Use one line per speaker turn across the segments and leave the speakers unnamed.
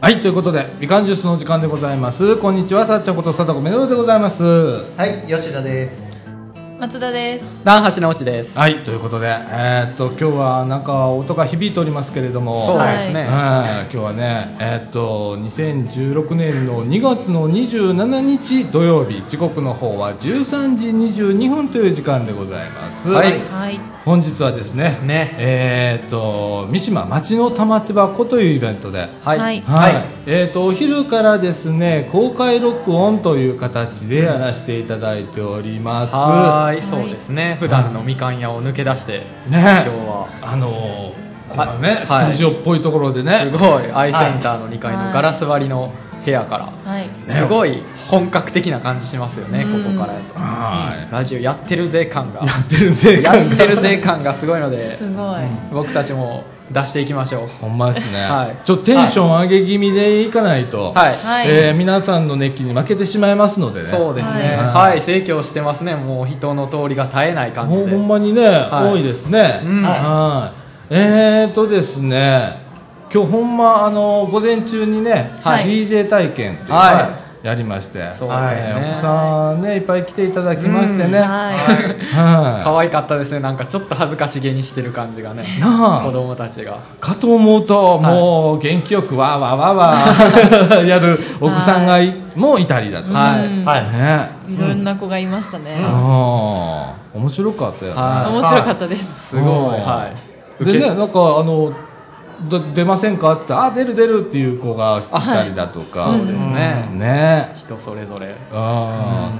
はいということでみかんジュースのお時間でございますこんにちはさっちゃんことさとこめのるでございます
はい、吉田です。
松田です。
南橋直ちです。
はいということでえーっと今日はなんか音が響いておりますけれども
そう
はい
ですね。
今日はねえーっと2016年の2月の27日土曜日時刻の方は13時22分という時間でございます
はい
はい。
本日はですね
ね
えーっと三島町の玉手箱というイベントで
はい。
はい
はい、
はい
えー、とお昼からですね公開録音という形でやらせていただいております。
はーいそうですね。普段のみかん屋を抜け出して、
ね
今日は
あのーこの
は
ね
い
スタジオっぽいところでね、
すごいアイセンターの2階のガラス張りの部屋か
はい。、
ら、すごい本格的な感じしますよね。ここからやと。
は
ラジオやってる税感が、
いやってるぜ
やってる税感がすごいのです
ごい。
僕たちも出していきましょう。
ほんまですね、
はい
ちょっとテンション上げ気味でいかないと、
はい。
はい
えー皆さんの熱気に負けてしまいますのでね
そうですね。
はい
はい、盛況してますね。もう人の通りが絶えない感じ
ほ
で
ほ。んまにね、
い
多いですね、
うん
はいえーとですね今日ほんまあの午前中にね、
はい
DJ 体験っていうのを
は
やりまして
そうですね
はいお子さんねいっぱい来ていただきましてね、
うん
はい
は
可愛かったですねなんかちょっと恥ずかしげにしてる感じがね
なあ
子供たちが
かと思うと、
はい
もう元気よくわーわーわーわ ーやるお子さんがいもういたりだとか、
はい
うん
はい。
ね
いろんな子がいましたね。
あー面白かったよね、
はい
面白かったです。
すごいはい
で
受
ね
け
なんかあのど出ませんかってあ出る出るっていう子が来たりだとか、
そうですね、
ね
人それぞれ
あ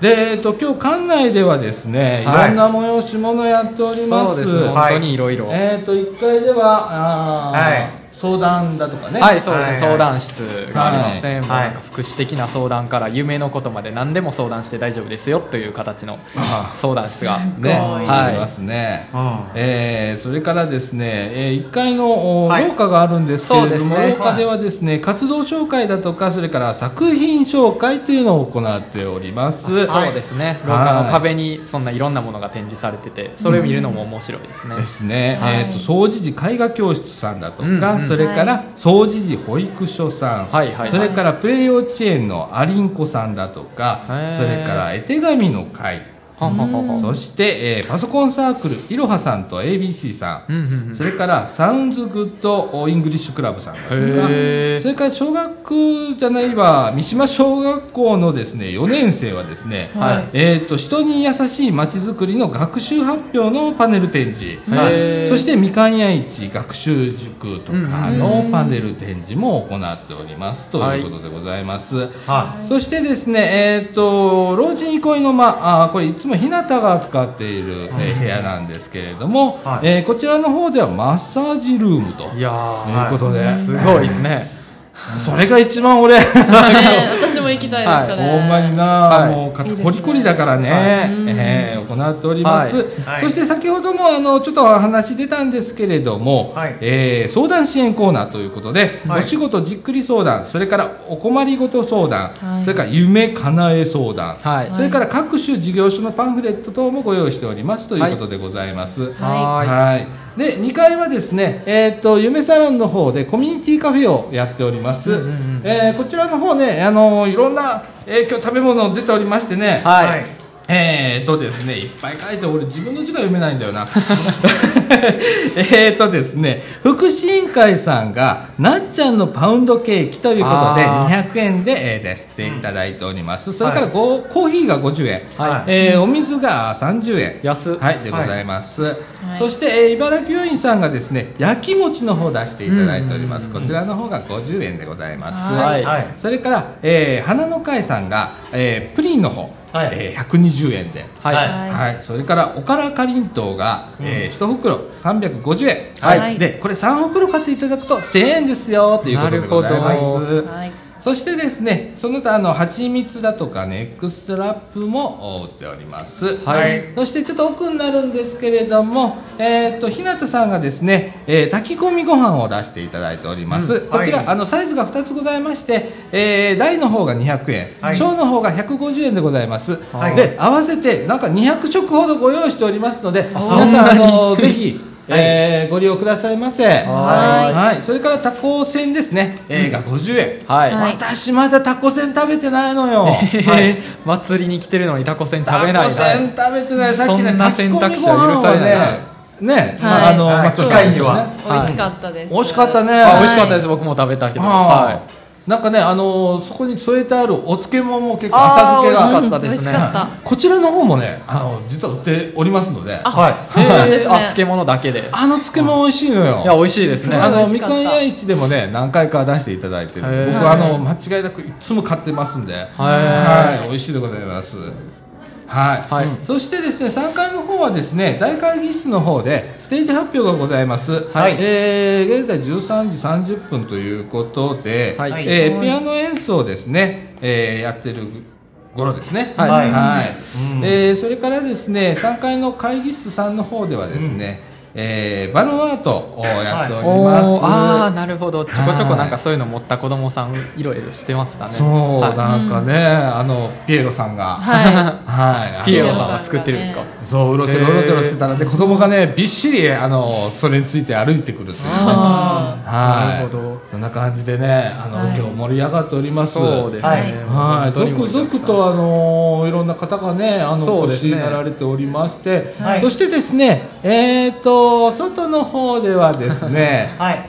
ーでえっと今日館内ではですね、
はい
い、ろんな催し物やっておりま
そう
す。
です
は
本当にいろいろはい、
えっと一階ではあー、
はい
相談だとかね。
そうですね、
はい
相談室があります
はい
ね、もうなんか福祉的な相談から夢のことまで何でも相談して大丈夫ですよという形の
あ
相談室が
ね、
すごい
ありますね。
う
えーそれからですね、えー、1階のお
はい
廊下があるんですけれ
そうで
ど
す
も、
ね
廊下ではですね、活動紹介だとかそれから作品紹介というのを行っております
はい
そうですね、
い
廊下の壁にそんないろんなものが展示されててそれを見るのも面白いですね、
ですね、
はい
えー、と掃除時絵画教室さんだとか、
うんうん
それから掃除時保育所さん、
はいはいはい
それからプレ幼稚園のありんこさんだとか
へー
それから絵手紙の会
はんはんはんはん
そして、えーパソコンサークルいろはさんと ABC さん、
うんうんうん
それからサウンズグッドイングリッシュクラブさんだとか
へー
それから小学じゃないわ三島小学校のですね4年生はですね、
はい
えー、と人に優しいまちづくりの学習発表のパネル展示、
へー
そしてみかん屋市学習塾とかのパネル展示も行っておりますということでございます。
は
そしてですね、えー、と老人憩いの間あーこれいつも日向が使っている、えー部屋なんですけれども、
はい
えーこちらの方ではマッサージルームと
いやー
ということで、
すごいですね
それが一番俺
ね、私も行きたいです。それ。
ほんまにな、
はい
もう肩
いいです
コ
ね
リコリだからね、えー行っております、
はい
はい
そして先ほどもあのちょっとお話出たんですけれども、
はい
えー相談支援コーナーということで、
はい
お仕事じっくり相談それからお困りごと相談、
はい
それから夢叶え相談、
はい
それから各種事業所のパンフレット等もご用意しておりますということでございます、
は
は
ーい
はい。で、2階はですね、えっ、と、夢サロンの方でコミュニティカフェをやっております。
うんうんうん
えーこちらの方ね、あのいろんな、えー今日食べ物出ておりましてね、
い。
はい、
えーとですね、いっぱい書いて、俺自分の字が読めないんだよ な。えーとですね、福祉委員会さんが、なっちゃんのパウンドケーキということで、
あー
200円で、えー出していただいております。それからご、コーヒーが50円、
は
えーお水が30円、
安っ
はい、でございます。
い
そして、えー茨城病院さんがですね、焼き餅の方を出していただいております。こちらの方が50円でございます。
は
はいい。はい。
それから、えー花の会さんが、えープリンの方、
はい
えー120円で。
はい
はい
はい、
は
それからおからかりんとうが、えー、1袋350円、
はいはい
でこれ3袋買っていただくと1000円ですよということでございます
なるほ
い。はい。
そしてですね、その他あの蜂蜜だとかネックストラップも売っております。
はい
そしてちょっと奥になるんですけれども、えっ、と日向さんがですね、えー炊き込みご飯を出していただいております。
んはい
こちら、あのサイズが2つございまして、えー大の方が200円、
はい
小の方が150円でございます。
はい
で合わせてなんか200食ほどご用意しておりますので、皆
そん
さ
なん
あ
に
のぜひえーご利用くださいませ。
はい
はい。それからタコ船ですね。映画50円。
はい、
はい
私まだタコ船食べてないのよ。
はい、 祭りに来てるのにタコせん食べな
タコ
い
船食べてない。さっきね
そんな選択肢は許されな
炊き込みご
い
飯はね。ね、まあ
はい
あの、
はい
まあちょっと
機械には
ね
美味しかったです。
美味しかったね
あ美味
は
し
い
かったです僕も食べたけど
は。
はい
なんかね、あのーそこに添えてあるお漬物も結構浅
あー
漬けが
美味しかったですね
うん美味しかった。
こちらの方もね、あの実は売っておりますので、
あ
あ
はい
そうなんですね
あ漬物だけでい
の漬物美味しいのよ。
や美味しいですね
あ
美
の
味
み
しかっ
か
た
ん屋市でもね何回か出していただいてる
へー
僕あの間違いなくいつも買ってますんではい美味しいでございますはい、
はい
そしてですね3階の方はですね大会議室の方でステージ発表がございます、
はい
えー現在13時30分ということで、
はい
はい
えーピアノ演奏をですね、えーやってる頃ですね
はい
はい
はい
うん
えーそれからですね3階の会議室さんの方ではですね、えーバルーンアートをやっており
お
ます、
ーああなるほどちょこちょこなんかそういうの持った子供さんいろいろしてましたね
そう
は
なんかね、あのピエロさんが、はい
はい。
あの
ピエロさんは作ってるんですか
ピエロ
そううろちょろうろちょろしてたらで子供がねびっしりあのそれについて歩いてくるっていうね
あ
はい
なるほど
そんな感じでねあの、
はい
今日盛り上がっております
そ うです
はい
ね
はい、
本当に
続
盛りだ
々
くさん
とあのーいろんな方がねあの
そ
お
うで
越
す
し
ね
になられておりまして、
はい
そしてですねえっ、と外の方ではです ね
はい。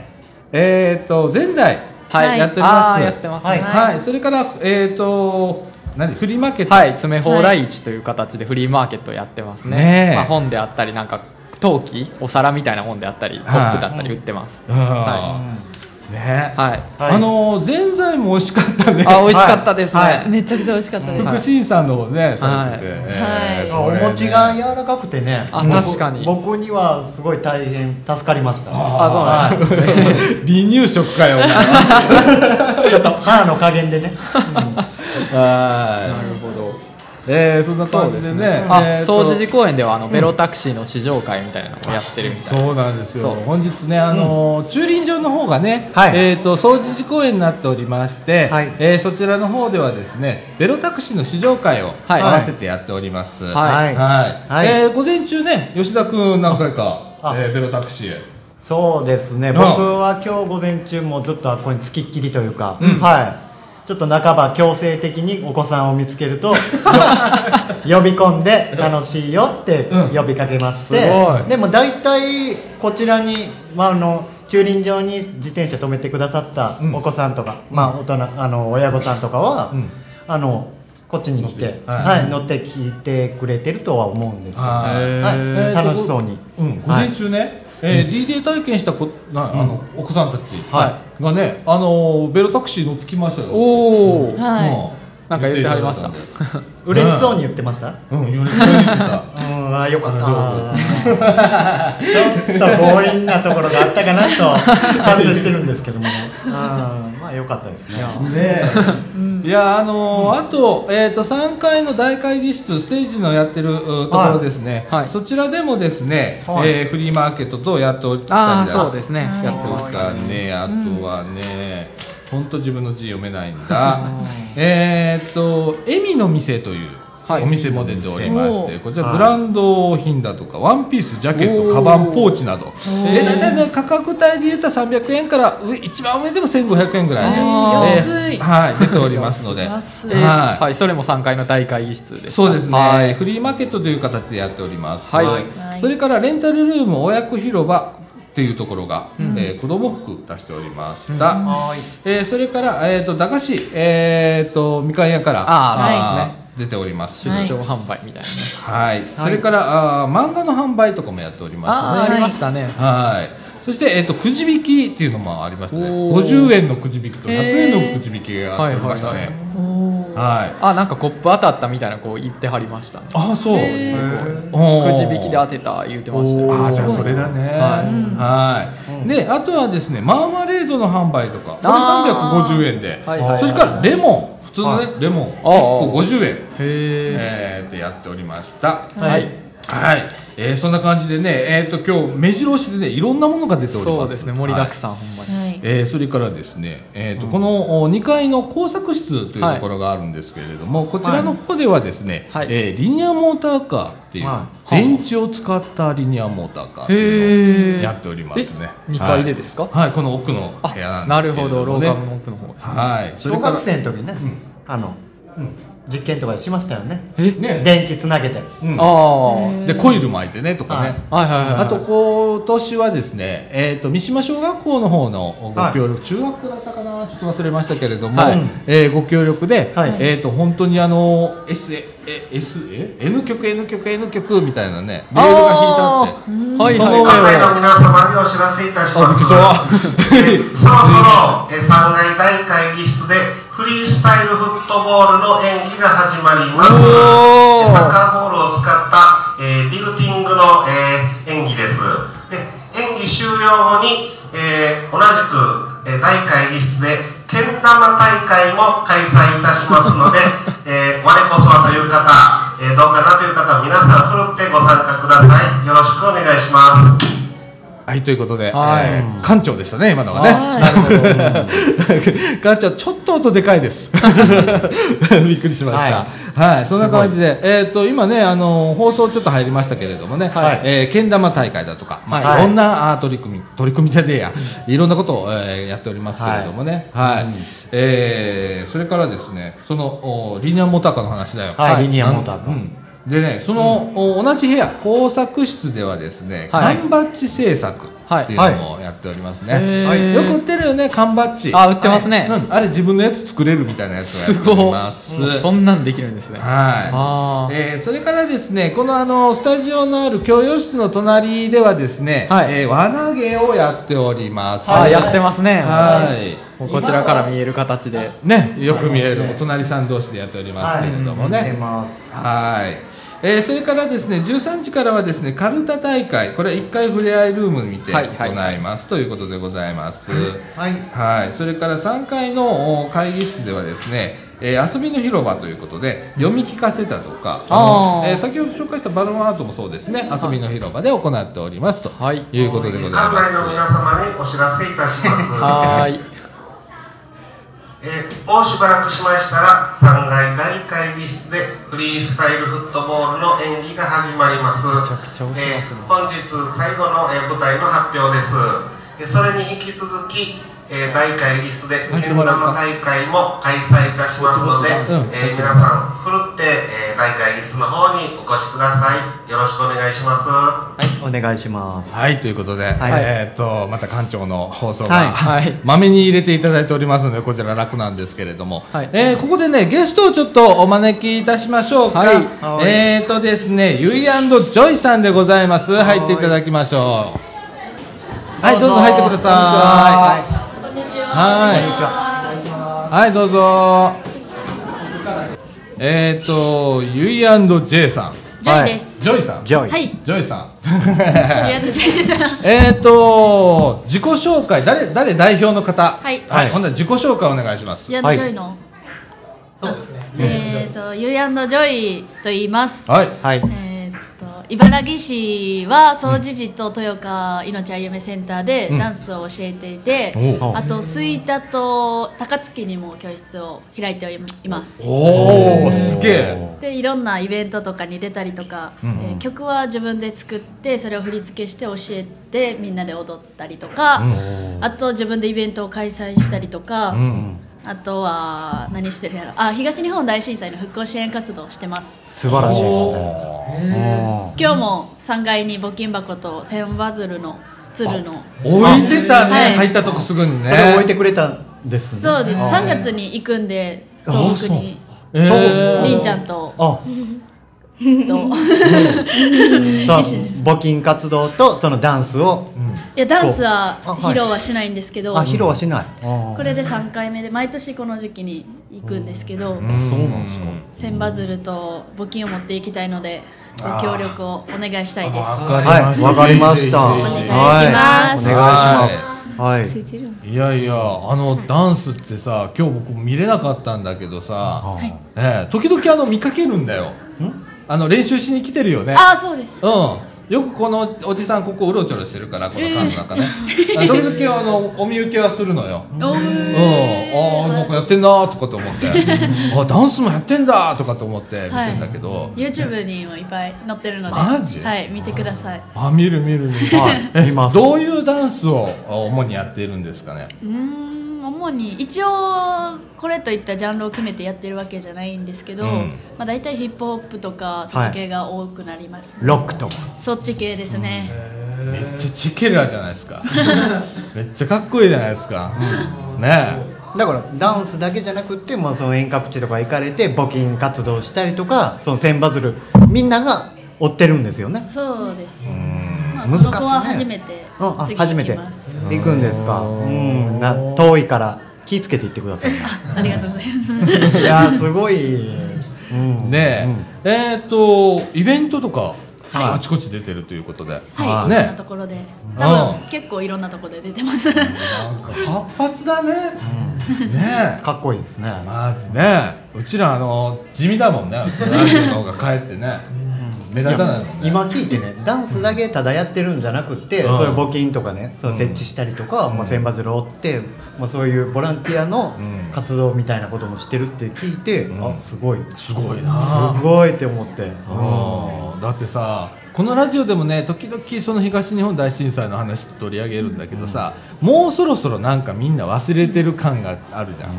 えっとぜんざい
はい
やっております
あーやってますね
はい
はい、それからえっ、と何フリーマーケット、
はい、詰め放題市という形でフリーマーケットをやってますね。
ねえ
まあ、本であったり、なんか陶器、お皿みたいなもんであったり、コップだったり売ってます。
うん
は
ね、
はい。
はい
あのーぜんざいも美味しかったね
あ、美味しかったですね。
はい
ーめちゃくちゃ美味しかったです。
福神さんの方ねされてて、
はい
えー
あ
こ
お
れね
餅が柔らかくてね。
あ
僕
確かに
僕にはすごい大変助かりました。
あ
あ、そうなんですね。
離乳食か よ
ちょっと歯の加減でね。
は
なるほど。
い、えー、そんな
そ
感
うで
じ
す
で
ね。
ね
あ、総除
時
寺公園ではあのベロタクシーの試乗会みたいなのをやってるみたいな。
そうなんですよ
そう
本日ね、あのー駐輪場の方がね、
はい
えー、と総除寺公園になっておりまして、
はい
えーそちらの方ではですねベロタクシーの試乗会を合
はい
わせてやっております、
はい
はい
はい
えー午前中ね吉田君何回か
あ、
えーベロタクシーへ
そうですね。
うん
僕は今日午前中もずっとあっこに付きっきりというか、
うん
はい。ちょっと半ば強制的にお子さんを見つけるとよ 呼び込んで楽しいよって
うん
呼びかけまして、
すごい
でも大体こちらに、まあ、あの駐輪場に自転車止めてくださった
うん
お子さんとか、まあ、大人あの親御さんとかは、
うん
あのこっちに来て
乗って
は
はい
い乗ってきてくれてるとは思うんですけど、
は
はい
い
へー
えーと
楽しそうに。
うん、午前中ね、えー DJ 体験したこなあの、お子さんたち
は
がね、あのーベロタクシー乗ってきましたよ。
おお、
うん
はい
なんか言ってはりました
嬉しそうに言ってました、
うん、言われてた。
うん、あよか
あ
ったちょっと強引なところがあったかな と反省してるんですけども、うん、まあよかったですね
ねいやあのーあと,、えー、と3階の大会議室ステージのやってるうところですね、
はい
そちらでもですね、
はい
えーフリーマーケットとやっておった
あ
り
あ、
だ
そうですね。やってま
ですす
か
かね、あとはね、本当自分の字読めないん だ。えーっと、エミの店という。
はい
お店も出ておりまして
おー
こちら
はい
ブランド品だとかワンピースジャケット
おー
カバンポーチなど
ー
で大体ね価格帯で言ったら300円から上一番上でも1500円ぐらいね
あ
ー
えー
安い
はい出ておりますので
安い
えー
は、
はい
それも3階の大会議室ですか。
そうですね、
はい
フリーマーケットという形でやっております、
はい
はい
それからレンタルルーム親子広場っていうところが、えー子供服出しておりました、
は
えーそれから、えー、と駄菓子、えー、とみかん屋から
あ
ー
そうです
ー出ております、
は
はいい
出張販売みたいなね。
それからあー漫画の販売とかもやっております
あ
ね
あ、ありましたね。
はいそして、えー、とくじ引きっていうのもありましたね
おー
50円のくじ引きと100円
へ
の
ー
くじ引きがあっておりましたね、
はいはい
おおー。
はい
あなんかコップ当たったみたいなこう言ってはりましたね
ああそう
へ
おー
くじ引きで当てた言ってましたよ
あーじゃあそれだね
はい
はい、であとはですねマーマレードの販売とかこ
あー
れ350円で、
はいはい
そしてからレモン普通のね、レモン1個50円
へえ
えー、ってやっておりました
い
は
はいい、
はい、えー、そんな感じでねえっ、と今日目白押しでねいろんなものが出ております
そうですね盛りだくさん、ほんまに
はい。
えーそれからですね、えーとこの2階の工作室というところがあるんですけれども、こちらの方ではですね、
はい
えーリニアモーターカーっていう、
は
電池を使ったリニアモーターカーっていうのをやっておりますね
え二階でですか
はい、はいこの奥の部屋
あ
な
なん
で
る
すけ
ほ
れ
ど
ども
廊
ね
下の奥の方ですね
はいそれ
小
から
学生の時にね、あの、うん実験とかでしましたよね
え
ね
電池つなげて
うん
ああはい
でコイル巻いてねとかね、
はい
はいはい
あと今年はですね、えー、と三島小学校の方のご協力、中学校だったかなちょっと忘れましたけれども、
はい
えーご協力で、
はい
えー、と本当にあの S ええ S え N 曲 N 曲 N 曲みたいなねレールが引いてあって。
いはい
その
はい
上
館
を
内の皆様にお知らせいたします。
あびっくりした
えそろそろえ3階大会議室でフリースタイルフットボールの演技が始まります。え
おー
サッカーボールを使った、えーリフティングの、えー演技です。で演技終了後に、えー同じく、えー大会議室でけん玉大会も開催いたしますので、えー我こそはという方、えーどうかなという方、皆さんふるってご参加ください。よろしくお願いします。
はい、ということで、
はい
えー館長でしたね、今のは
はい
ね。 館長、ちょっと音でかいです。 びっくりしました。はい、そんな感じで、えっ、と、今ね、あの、放送ちょっと入りましたけれどもね、
はい
えーけん玉大会だとか、まあ、
はい
い、ろんなあー取り組み、取り組みじゃねえや、いろんなことを、えーやっておりますけれどもね、はい、えーそれからですね、その、おリニアモーターカーの話だよ。
はい
はい
リニアモーターカー
うんでね、その、お同じ部屋、工作室ではですね、
はい
缶バッジ製作っていうのもやっておりますね、
はいへー
よく売ってるよね缶バッジ
あ売ってますね
うんあれ自分のやつ作れるみたいなやつをや
す
っており
ご
ま
い
す
そんなんできるんですねあ
は
ー
い、えーそれからですねこのあのスタジオのある教養室の隣ではですね、
はい
えー輪投げをやっております
あーやってますね
はい
もうこちらから見える形で
ねよく見えるお隣さん同士でやっておりますけれどもね、
はい見てます
はい、えーそれからですね13時からはですねカルタ大会これ1回ふれあいルームにて
はいはい
行いますということでございます、
はい
はい、それから3階のお会議室ではですね、えー遊びの広場ということで読み聞かせたとか、
あー
のえー先ほど紹介したバルーンアートもそうですね遊びの広場で行っておりますと
はい
いうことでござい
館
ま
内
す。
の皆様にお知らせいたします。
はーい
えーもうしばらくしましたら3階大会議室でフリースタイルフットボールの演技が始まります
めちゃくちゃ面白いですね
えー本日最後の、えー舞台の発表です、えーそれに引き続き、えー大会議室でけん玉大会も開催いたしますので、
うん
えー皆さんふるって、えー大会議室の方にお越しくださいよろしくお願いします
はいお願いします
はいということで、
はい
えーっとまた館長の放送が、
はいはい
まめに入れていただいておりますのでこちら楽なんですけれども、
はい
えーここでねゲストをちょっとお招きいたしましょうか、
はい
はい
えーっとですねゆいジョイさんでございます入っていただきましょうはいどうぞ入ってください
こんにち
はい
は。お願いします
はい、どうぞ。えっ、ー、と、ゆい &J さん。
ジョイです。
ジョイさん。
ジョイ
はい。
ジョイさん。
リアルジョイです。
えっと、自己紹介、誰、誰代表の方。
はい
はい、ほんなら自己紹介お願いします。
リアルジョイの。そうですね。えっと、ユイアンドジョイと言います。
はい。
はい
えっと、茨城市は総知事と豊川命あゆめセンターでダンスを教えていて。
お
う
あと、吹田と高槻にも教室を開いています。
おお、すげえ。
でいろんなイベントとかに出たりとか、えー曲は自分で作ってそれを振り付けして教えてみんなで踊ったりとか、あと自分でイベントを開催したりとか、あとは何してるやろあ東日本大震災の復興支援活動をしてます
素晴らしいですね
今日も3階に募金箱と千羽鶴の鶴の
置いてたね、
はい
入ったとこすぐにね。
それを置いてくれたんですね
そうです3月に行くんで
あ
東北に
えー
りんちゃんと
あ
と
そう
一緒です
募金活動とそのダンスを、
いやダンスは
あはい
披露はしないんですけど、
あ披露はしない、あー
これで3回目で毎年この時期に行くんですけ
そ
ど
うなんですか
千羽鶴と募金を持っていきたいのでご協力をお願いしたいです
はいわかりました
お
願いし
は
ま
い
す
お願いしますはい
いやいや、あのダンスってさ、今日僕見れなかったんだけどさ、
はい
ええ時々あの見かけるんだよ。あの練習しに来てるよね。
ああそうです
うよくこのおじさんここうろちょろしてるからこの缶の中ね、あ時々あのお見受けはするのよ、
お
うん、
ー
ああなんかやってんなーとかと思ってあダンスもやってんだーとかと思って見てんだけど、
YouTube にもいっぱい載ってるので
マジ
はい見てください
あ見る見る見る、
はい見ます
どういうダンスを主にやっているんですかね
うーん主に一応これといったジャンルを決めてやってるわけじゃないんですけど、
うん
まあ、大体ヒップホップとかそっち系が多くなります、
ロックとか
そっち系ですね、
めっちゃチケラじゃないですかめっちゃかっこいいじゃないですか、ね
だからダンスだけじゃなくって、まあ、その遠隔地とか行かれて募金活動したりとかその千バズルみんなが追ってるんですよね
そうです、まあ、
難
この
しいね
子は初めて
うんあ
次
初め
行
て
きます、
行くんですかうんな遠いから気ぃつけて行ってくださいね
ありがとうございます
いやーすごい、うん、
ねえ、えっ、とイベントとか、あちこち出てるということで、
はい、
ね
いろんなところで多
う
分結構いろんなところで出てます
なんか活発だね、ねえ
かっこいいですね
まずねうちらあの地 味だもんねうちのラジオの方がかえってね目立たないもんね
今聞いてねダンスだけただやってるんじゃなくって、
うん
そういう募金とかねそう設置したりとか、もう千羽鶴を追って、もうそういうボランティアの
うん
活動みたいなこともしてるって聞いて、
うん
あすごい
すごいな
すごいって思って、
あーだってさこのラジオでもね時々その東日本大震災の話って取り上げるんだけどさ、もうそろそろなんかみんな忘れてる感があるじゃん、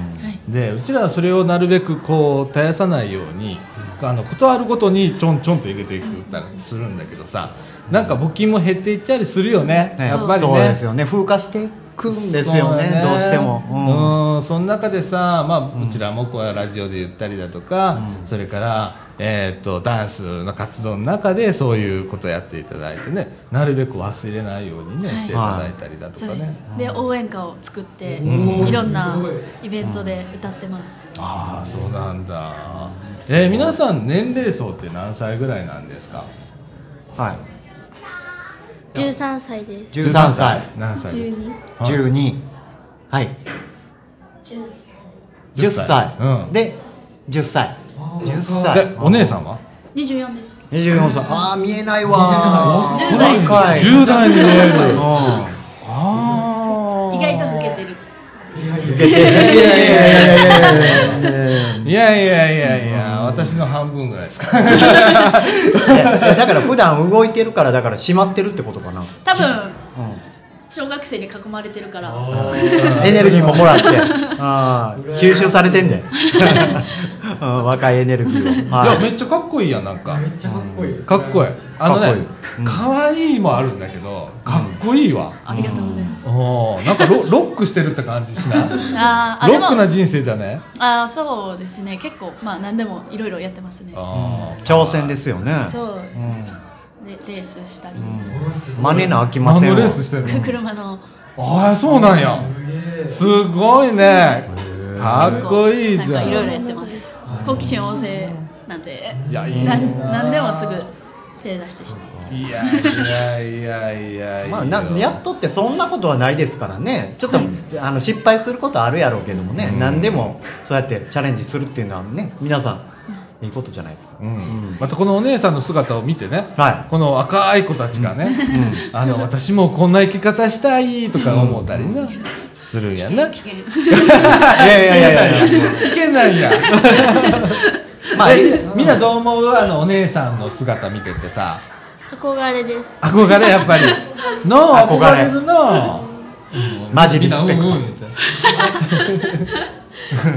でうちらはそれをなるべくこう絶やさないように、あのことあるごとにちょんちょんと入れていくたりするんだけどさなんか募金も減っていったりするよね、
ね
やっぱりね
そうですよね風化していくんですよね
そうだ
どうしても、うん
うん、その中でさ、まあ、うちらもこうラジオで言ったりだとか、それから、えー、とダンスの活動の中でそういうことやっていただいてねなるべく忘れないようにね、
はい
していただいたりだと
そ
か
うで
ね。
すで応援歌を作って
うん
いろんなイベントで歌ってます
ああそうなんだ、えー皆さん年齢層って何歳ぐらいなんですか
はい
十三歳です。
13歳
何歳
十
です
二。
は
12は
い
い
十
10
10
歳
歳、うん
で10歳10歳
でお姉さんは
24です
24歳ああ見えないわ
見えない10代
若い
10代に見え
う
る
ん
あ
意外と老けてる
ーいやいやいやいや私の半分ぐらいですか
いやだから普段動いてるからだから閉まってるってことかな、
多分
う
小学生に囲まれてるか ら
ん、エネルギーもも らってあー吸収されてんで、うん、若いエネルギーを、
いや
は
めっちゃかっこいいやんなんか
めっちゃかっこいいです、ね、
かっこいいあの
かっこい
ね
いうん
可愛いもあるんだけどかっこいいわ、
ありがとうございます
おーなんかロ ロックしてるって感じしない
あーあ
ロ
で
ックな
も
人生じゃね
あーそうですね結構まあ何でもいろいろやってますね
あ
い、
ー
挑戦ですよね
そう
う、ん
レレースしたり、
真似な飽きま
何
せん
の
わ
レースしてるの
車の
ああそうなんやすごいねかっこいい
なん
じゃ
か
ん
いろいろやってます好奇心旺盛なんで
いやいい
な
なん
なんでもすぐ手出してしまう
いやいやいやいやいや
まあ、なやっとってそんなことはないですからねちょっと、あの失敗することはあるやろうけどもね、
うん
何でもそうやってチャレンジするっていうのはね皆さんいいことじゃないですか、
うん、またこのお姉さんの姿を見てね、
は
この赤い子たちがね、あの私もこんな生き方したいとか思ったりな、するんやな。い
危 険
いやいやいやいや
けないやん。
まあいい
えみんなどう思うあのお姉さんの姿見ててさ、
憧れです。
憧れやっ ぱり。の
憧れ
憧れるの。
マジリスペクト
みんなうんうん言うて
いやい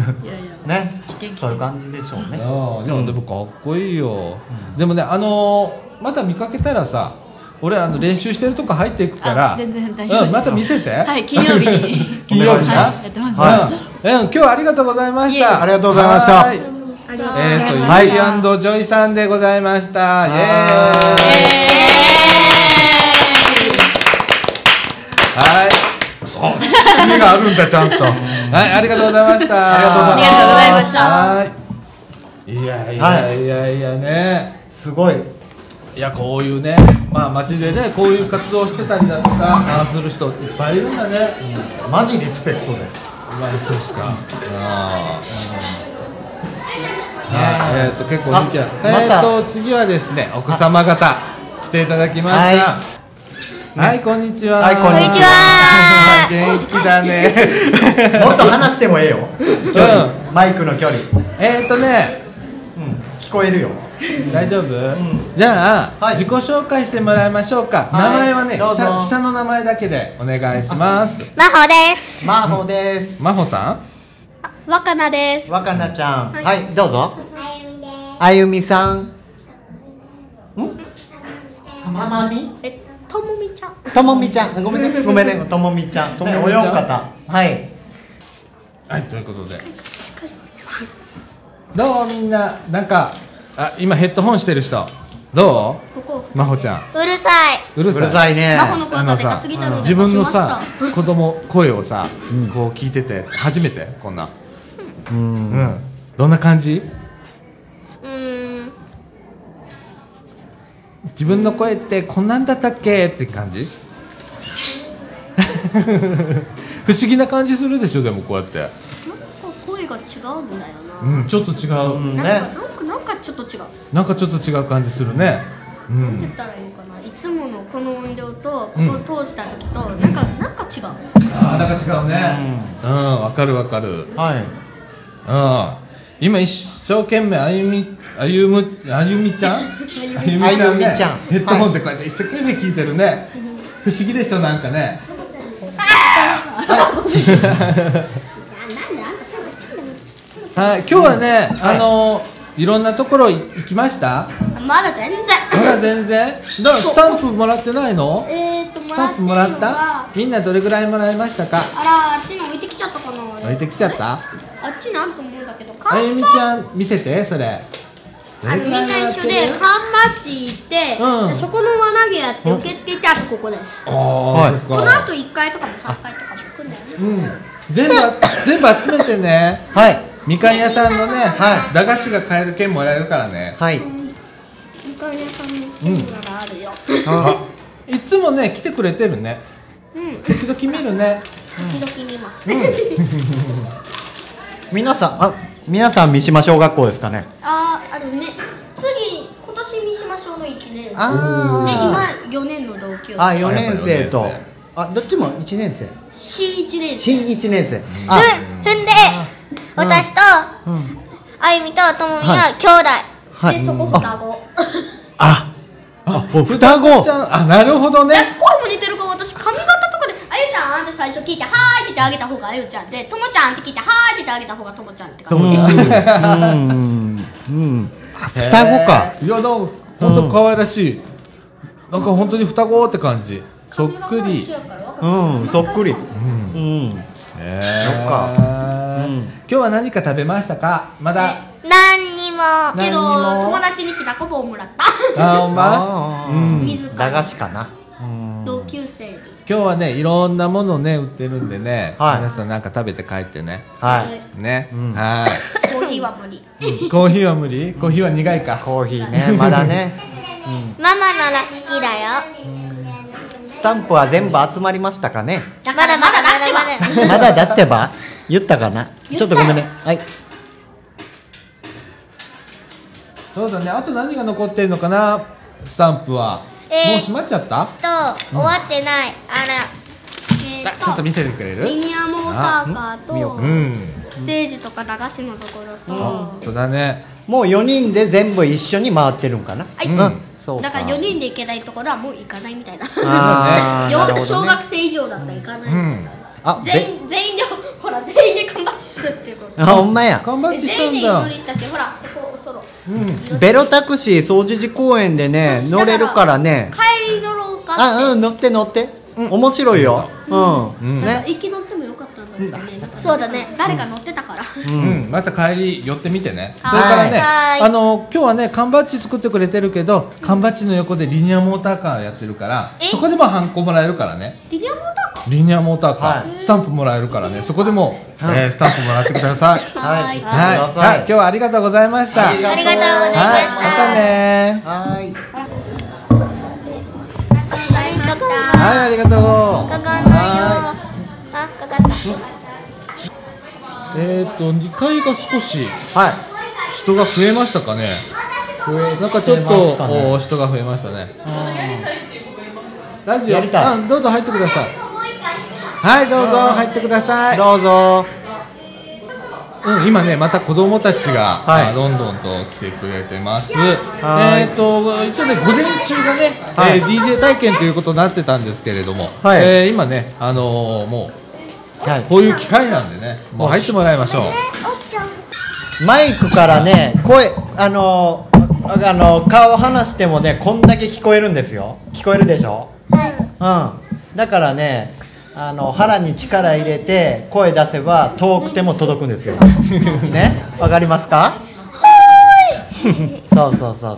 や
ね
険
そういう感じでしょうね
ああでもでもかっこいいよ、でもねあのーまた見かけたらさ俺あの練習してるとこ入っていくから
あ全然大丈夫です
うん、また見せて
はい金曜日に
金曜日
はい
な
やってます
はいうん、今日はありがとうございまし
いえ
た
ありがとうございました
はーいえー、と、
は
はいい、イアンドジョイさんでございました。イエーイ。はい。お、締めがあるんだ、ちゃんと。はい、ありがとうございました。
ありが
とうございました
ありがとうございました。はい。いやいやいやいやね。
すごい
いや、こういうね、まあ、街でね、こういう活動をしてたりだとか、ああする人いっぱいいるんだね。
マジリスペクトです
まあ、そうですか。ああ。はいえっ、と、結構人気ある
あまた
えっ、と、次はですね、奥様方。来ていただきました
は
はい、こんにちは
はいこんにち
は
元気だね
もっと話してもええよ距離
う
マイクの距離、
えっとね
うん、聞こえるよ
大丈夫、じゃあ、
はい
自己紹介してもらいましょうか、
はい
名前はね
どうぞ
下下の名前だけでお願いします
真帆です。
マホです、
真帆さん
若菜です。
若菜ちゃんはいどうぞ
あゆみです。
あゆみさんんたまみ
え、ともみちゃん。
ともみちゃんごめんねごめんねともみちゃんともみちゃんおようかたはい
はい、ということで。どうみんな、なんか、あ、今ヘッドホンしてる人。ど
ここ。
う、まほちゃん。
うるさい。
うるさい。
いね
真帆の声がでかすぎたので
自分の
出しま
さ、子供声をさ、こう聞いてて、初めて、こんな。うん、どんな感じ。
うーん。
自分の声って、こんなんだったっけって感 じ。不思議な感じするでしょでもこうやって、
なんか声が違うんだよな。
うん、ちょっと違う、
うん
なん
ね
か、なんか、なんかちょっと違う。
なんかちょっと違う感じするね、う
って言
ん
っ、たらいいのかな。いつものこの音量と、こ
うん
こ通した時と、なんか、なんか違う。
あーなんか違うねうんわ、かるわかる
はい
うん今一生懸命あゆみあゆむあゆみちゃんあゆみ
あゆみちゃん
ヘッドホンでこうやって一生懸命聞いてるね不思議でしょなんかね はい今日はねあのいろんなところ行きました
まだ全然。
まだ全然だスタンプもらってないの
えーっと、も
ス
ら
タ
っ
ン
て
プ
るの
も
が
らったみんなどれぐらいもらいましたか
あら、あっちに置いてきちゃったかな。
置いてきちゃった
あっちなんと思うんだけど、カ
あゆ
ン
み
パ
ちゃん見せてそれど
あ
れ
のみ
く
ん
ら
ない
もらって
一緒
る
で、カンマッチ行って、
うん
そこの輪投げやって、受付行って、あとここです。
あーそっか
この後1階とかも3階とかも行くんだよね。
うん、全部全部集めてね
はい
みかん屋さんのね、
はい
駄菓子が買える券もらえるからね
はい
みかん屋さんの券ならあるよ。
あいつもね来てくれてるね
うん、時
時々見るね
々見ます。
皆さんあ皆さん三島小学校ですかね
あー、あのね、次、今年三島小の1年生。で、
あ
今4年の同級
あ
生。
4年生
あ
と
やっぱ四年
あどっちも1年生
新1年生。
新1年生あ
踏んで私と
うん
あゆみとともみ
は
が兄弟
はい
で、そこ双子。
ああお双
ちゃ
子
んあなるほどね
え声も似てるから私髪型とかで「あゆちゃん」って最初聞いて「はーい」って言ってあげた方があゆちゃんで「ともちゃん」って聞いて「はーい」って言ってあげた方がともちゃんって感
う
じ
んうんうんあ双子か
へーいやなんか本当可愛らしい、なんか本当に双子って感じそっくり
髪型一緒やからわかる
うんそっくりうん
え
そっかうん
今日は何か食べましたかまだ
何にも
けど
何にも
友達にきなこ棒をもらった
あおま
あ
うん
水か
駄菓子かなうん
同級生に
今日はねいろんなものね売ってるんでね、
はい
皆さんなんか食べて帰ってね
はい
ね、
うん
はい
コーヒーは無理
コーヒーは無理コーヒーは苦いか
コーヒーねまだね
ママなら好きだよ
スタンプは全部集まりましたかね
だからまだだってば
まだだってば言ったかな
言ったよ
ちょっとごめんねはい
そうだねあと何が残ってるのかなスタンプは、
えー
もう閉まっちゃった
と終わってないあら
え
あちょっ
ー
と
と
見せてくれ
リ
る
ニアモーターカーと
うん
ステージとか駄菓子のところ
本
と
当だね
もう4人で全部一緒に回ってるんかな
はい
うん
そう
だから4人で行けないところはもう行かないみたいな
あー
よ
なるほどね
小学生以上だったら行かない、
うん
あ
全
べ
員全員でほら全員で缶バッジするっていうこと
あほんまや
頑張っ
で
てした
全員
ん
で
だ
祈りしたしほらここおそろ
うん
ベロタクシー総除寺公園でね乗れるからね
帰り乗ろうかって
あうん乗って乗って面白いよう
う
ん
ん
な
ね
んか行き乗ってもよかったんだろうね、
そうだね
誰か乗ってたから、
う
うんん、
また帰り寄ってみてね。そ
は
れから
い
ね、
はい
あの今日はね缶バッジ作ってくれてるけど、缶バッジの横でリニアモーターカーやってるから、
え
そこでもハンコもらえるからね。
リニアモーター
リニアモーターカー、
は
スタンプもらえるからね。そこでも、
はい
えースタンプもらってください。
はい
はい、
くだ
はい、
さ
今日はありがとうございました。
ありがとうございま
はい、
した、
またね
はい
ありがとうございました
はい、ありがとう。
かかんないよあかかった
えっ、と、2階が少し
はい
人が増えましたかね。
カー
なんかちょっと、お人が増えましたね。ラジオ
やりたい
うんどうぞ入ってください。
もう一回した
はい、どうぞ入ってください。
どうぞ
うん、今ね、また子供たちが、
はい
あどんどんと来てくれてます。
はい
えっ、と、一応ね、午前中がね、
はい
えー DJ 体験ということになってたんですけれども、
はい
えー今ね、あのーも、
はいう
こういう機会なんでね、もう入ってもらいましょう。
マイクからね声あのああの顔離してもねこんだけ聞こえるんですよ聞こえるでしょうんだからねあの腹に力入れて声出せば遠くても届くんですよねわかりますか そうそうそうそ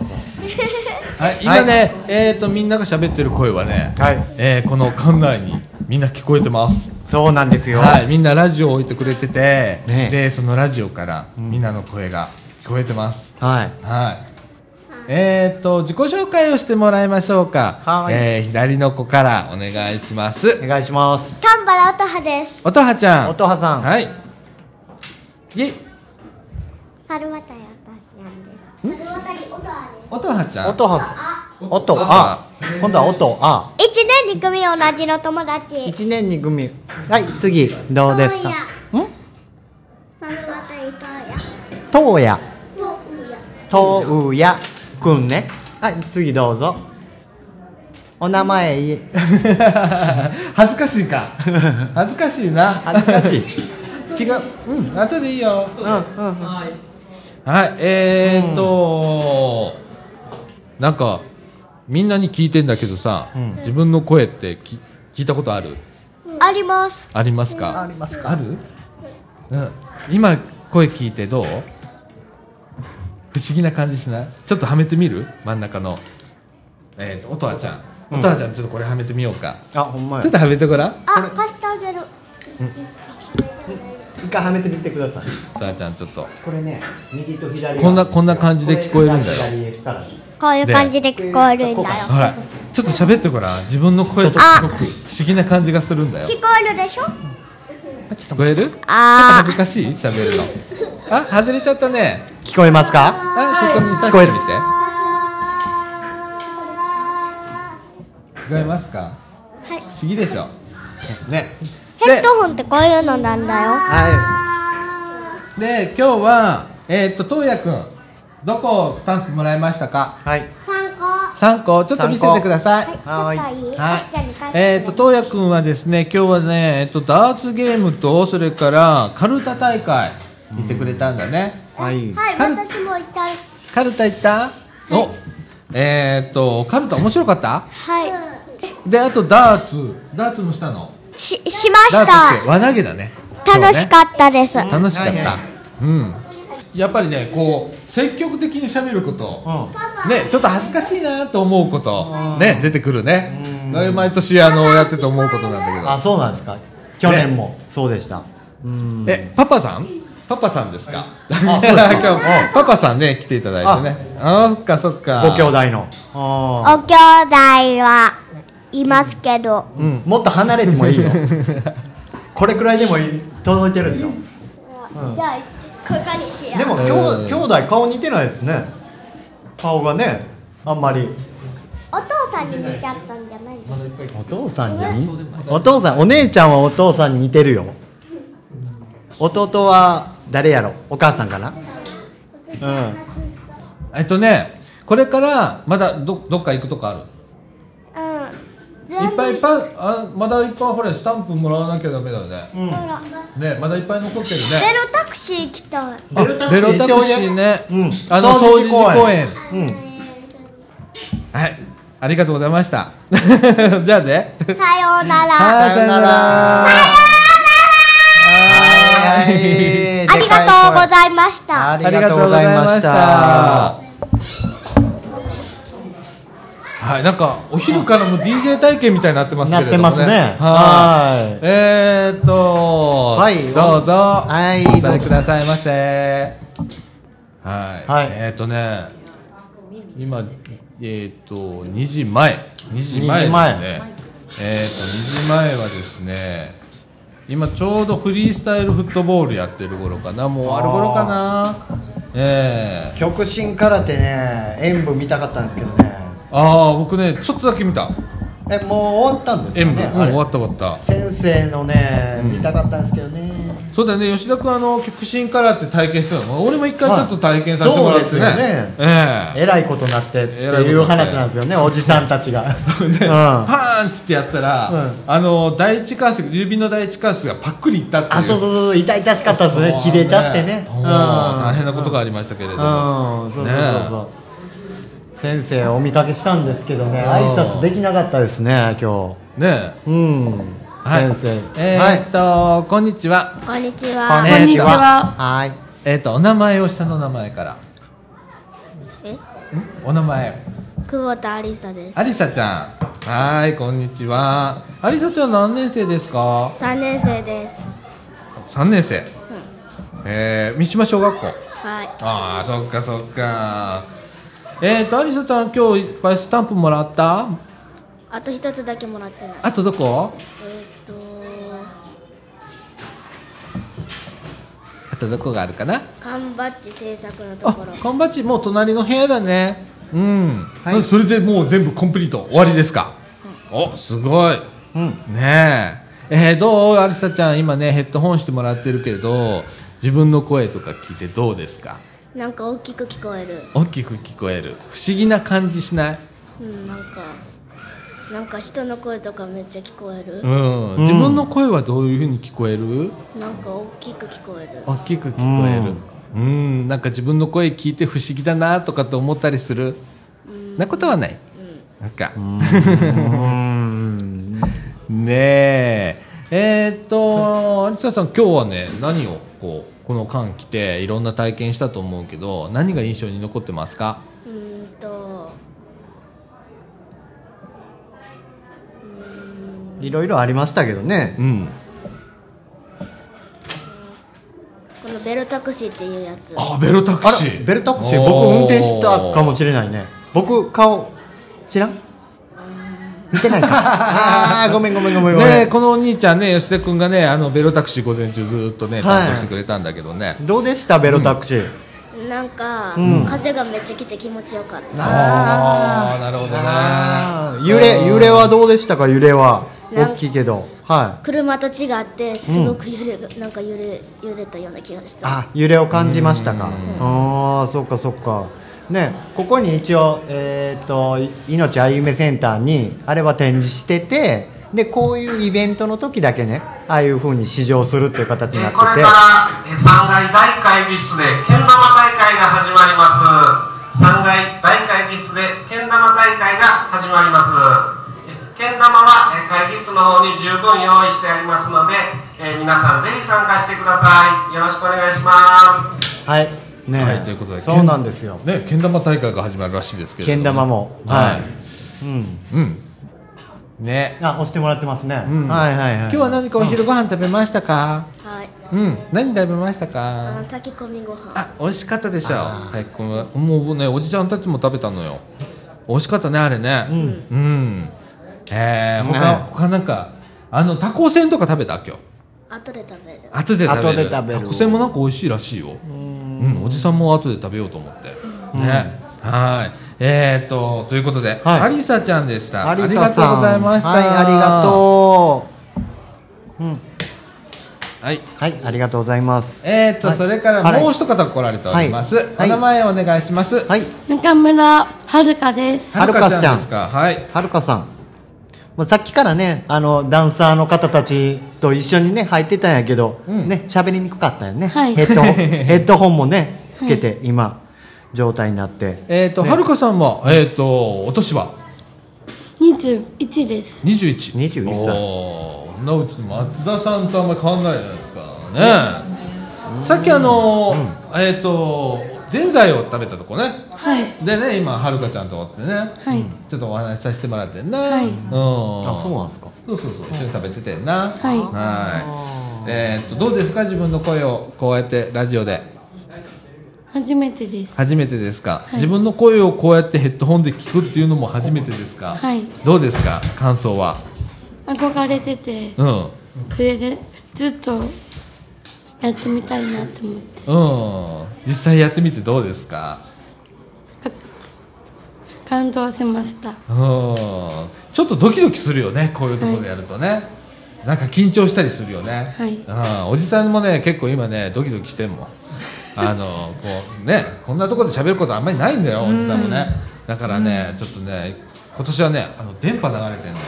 はい、今ね、えっ、と、みんなが喋ってる声はね、
うはい
えーこの館内にみんな聞こえてます。
そうなんですよ、
はい、みんなラジオを置いてくれてて、
ね
で、そのラジオからみんなの声が聞こえてます。
はい
はい。えー、と自己紹介をしてもらいましょうか、
はい
えー左の子からお願いしま
お
す
願いします
丹原乙葉です
おとはちゃん
音羽さん、
はいいえ
猿渡乙葉なんです
おとはちゃん
音羽さん音あ今度は音あ
一年に組同じの友達
一年に組はい次どうですかん
猿渡伊藤や
とうや
とうや
とうやくんねはい次どうぞお名前いえ
恥ずかしいか恥ずかしいな
恥ずかしい
気がうん後でいいよ
うんうんうん
はいえー、と、なんかみんなに聞いてんだけどさ、
うん
自分の声ってき聞いたことある
あります
ありますか
あります
ある、うん、今声聞いてどう不思議な感じしないちょっとはめてみる真ん中のえっ、と音羽ちゃん
うん
音羽ちゃんちょっとこれはめてみようか、
あほんまや
ちょっとはめてごらん
あ貸してあげる
一回はめてみてください
音羽ちゃんちょっと
これね右と左が
こんなこんな感じで聞こえるんだよ
これが左ですから
こういう感じで聞こえるんだよ
ほらちょっと喋ってごらん自分の声とすごく不思議な感じがするんだよ
聞こえるでしょ
聞こえる
あ
恥ずかしい喋るのあ外れちゃったね
聞こえますか
あここに
聞
刺
こえ
し
る
てみて聞こえますか
はい
不思議でしょね
ヘッドホンってこういうのなんだよ
は
で今日はえーっと東也くんどこをスタンプもらいましたか
いはい
参考
3個ちょっと見せてください
はいちょっとい
はい
いじゃあ二回
えーっと東也くんはですね今日はねえーっとダーツゲームとそれからカルタ大会行ってくれたんだね
はい
はい
はい
私も行った
カルタ行ったおえーっとカルタ面白かった
はい
であとダーツダーツもしたの
ししまし
ダーツったて輪投げだね
楽しかったです
そうね楽しかっ
はいは
た
い
うんやっぱりねこう積極的にしゃべること、ね、ちょっと恥ずかしいなと思うこと、ね、出てくるね
うん。
だいぶ毎年あのやってて思うことなんだ
あそうなんですか去年もそうでしたうん
けど。え、パパさん？パパさんですか？ 今
そう
日
ですか
パパさんね来ていただいてね。あー、そっかそっか。
ご兄弟のあー
お兄弟はいますけど
うん、もっと離れてもいいよ これくらいでもいい届いてるでしょ
じゃあここにし
でも
え
兄
ー
兄弟顔似てないですね顔がねあんまり
お父さんに似ちゃったんじゃないの
お父さんにお父さんお姉ちゃんはお父さんに似てるよ弟は誰やろお母さんかなうん
えっとね、これからまだどどっか行くとか
うん
ある？いっぱいいっぱいあまだいっぱいほれスタンプもらわなきゃダメだよね。
うん
ね、まだいっぱい残ってるね。
ベロタクシー来た
あベロタクシーね。
うん
あの
掃
掃
除
除
公園
公園。
うん
はい。ありがとうございました。 じゃあね。
さようなら
はいさよなら
はい
ありがとうございました
ありがとうございました
はい、なんかお昼からも DJ 体験みたいになってますけ
な
れ
って
ど
ま
もね。
すね
はい。
は
えーっと、
はい
どうぞ。
はい
お座りくださいませ。はい。
はい
えーっとね、今えーっと2時前、2
2
時前です
時
ね。えーっと2時前はですね。今ちょうどフリースタイルフットボールやってる頃かなもうある頃かなええ
極真空手ね演舞見たかったんですけどね
ああ僕ねちょっとだけ見た
えもう終わったんですよ
演
ね
舞、うん、
あれ
終わった終わった
先生のね
うん
見たかったんですけどね、
そうだよね吉田君あの極真空手体験してたの俺も一回ちょっと体験させてもらってね,、
はいそうですよね
ええ
えらいことになってって
えらいこと
い
に
う
なって
話なんですよ ねおじさんたちが
で、
うん
パーンっつってやったら、
うん
あの第一関節指の第一関節がパックリいったっていう
あそうそうそう痛々しかったですね切れちゃってね
そう大変なことがありましたけれども、
うんそうそうそうそう先生お見かけしたんですけどね
うん
挨拶できなかったですね今
ね
日うん、
はい
先生
えー、っと、こんにちは
こんにち
は
は。
い
こんにちは
はい
えー、っとお名前を下の名前から
え
んお名前
久保田ありさです。
ありさちゃんはーいこんにちはありさちゃん何年生ですか
3年生です。
三年生、えー、三島小学校
はい。
ああそっかそっかえー、とありさちゃん今日いっぱいスタンプもらった
あと一つだけもらってない。
あとどこ
えーっと、
あとどこがあるかな
缶バッジ制作のと
あ
ころ。
缶バッジもう隣の部屋だねうん、
はい
あそれでもう全部コンプリート終わりですか、おすごい
うん
ねええーどうありさちゃん今ねヘッドホンしてもらってるけれど自分の声とか聞いてどうですか
なんか大きく聞こえる。
大きく聞こえる不思議な感じしない
うん、なんか、なんか人の声とかめっちゃ聞こえる。
うん、自分の声はどういうふうに聞こえる
なんか大きく聞こえる。
大きく聞こえるうんなんか自分の声聞いて不思議だなとかと思ったりするなことはない、なんかねええーっと有田さん今日はね何をこうこの間来ていろんな体験したと思うけど何が印象に残ってますか
うーんと、
いろいろありましたけどね
うん
このベルタクシーっていうやつ。
あベルタク
あ
シ
ら
ー
ベルタクシー僕運転したかも
れ
しれないね僕顔知らん見て ないかあーごめんごめんごめんごめ
ね
ん、
このお兄ちゃんね吉田君がねあのベロタクシー午前中ずっとね
はい
担当してくれたんだけどね、
どうでしたベロタクシー、
なんか、
うん
風がめっちゃ来て気持ちよかった。
ああなるほど
あー
ね
揺れ揺れはどうでしたか揺れは
なん
大きいけどはい
車と違ってすごく揺れ、がなんか揺れ揺れたような気がした。
あ揺れを感じましたかああそっかそっかねここに一応えっ、とい命あゆめセンターにあれは展示しててでこういうイベントの時だけねああいう風に試乗するっていう形
え
になっ
ー
て
これ
て
から、えー3階大会議室でけん玉大会が始まります3階大会議室でけん玉大会が始まりますえーけん玉は、えー会議室の方に十分用意してありますので、えー皆さんぜひ参加してくださいよろしくお願いします
はいね、
はいということで
そうなんですよ
ねけん玉大会が始まるらしいですけれど
けん玉も
は
はいい、うん
うんね
あ押してもらってますね、
うん
はいはいはい
今日は何かお昼ご飯食べましたか
はい。
うん何食べました
あの
か
炊き込みご飯。
あ美味しかったでしょ太鼓ももうねおじちゃんたちも食べたのよ美味しかったねあれねうん、えー、他、
ね
他なんかあのタコせんとか食べた今日
後で食べる。
後で食べる
後で食べる
タコせんもなんか美味しいらしいようん、おじさんも後で食べようと思ってね、はーいえー、っとということで、
はい
ありさちゃんでした
あ
あ
り
り
さ
がと
さん
うございました
はい、ありがとう。うん、
うはい
はい、ありがとうございます。
えー、っと、
はい
それからもう一方来られております、
はいはい
お名前をお願いします、
はい、
中村遥です。
はるかちゃん
ですかはい
はるかさん。もうさっきからね、あのダンサーの方たちと一緒にね、入ってたんやけど、
うん
ね、喋りにくかったよね。
はい
ヘッ ドホン、ヘッドホンもね、つけて、今。状態になって。
えー、っと、はるかさんもえー、っとお年は
21です。
21
21歳
おーそんなうちの松田さんとあんまり変わんないじゃないですかねえさっきあのーえっ、とぜんざいを食べたとこね
はい。
でね今はるかちゃんとおってね、
はい
ちょっとお話しさせてもらってんな、
はい
うん
あ、そうなんですか。
そうそうそう一緒に食べててんな
はい
はいえーっとどうですか自分の声をこうやってラジオで
初めてです。
初めてですか、
い
自分の声をこうやってヘッドホンで聞くっていうのも初めてですか、
はい
どうですか感想は
憧れてて、
うん
それでずっとやってみたいなと思って
うん実際やってみてどうですか
感動しました
うんちょっとドキドキするよねこういうところでやるとね、なんか緊張したりするよね、
はい
うん、おじさんもね結構今ねドキドキしてんもんあのこうねこんなところで喋ることあんまりないんだよおじさんもね、だからねちょっとね今年はねあの電波流れてんのよ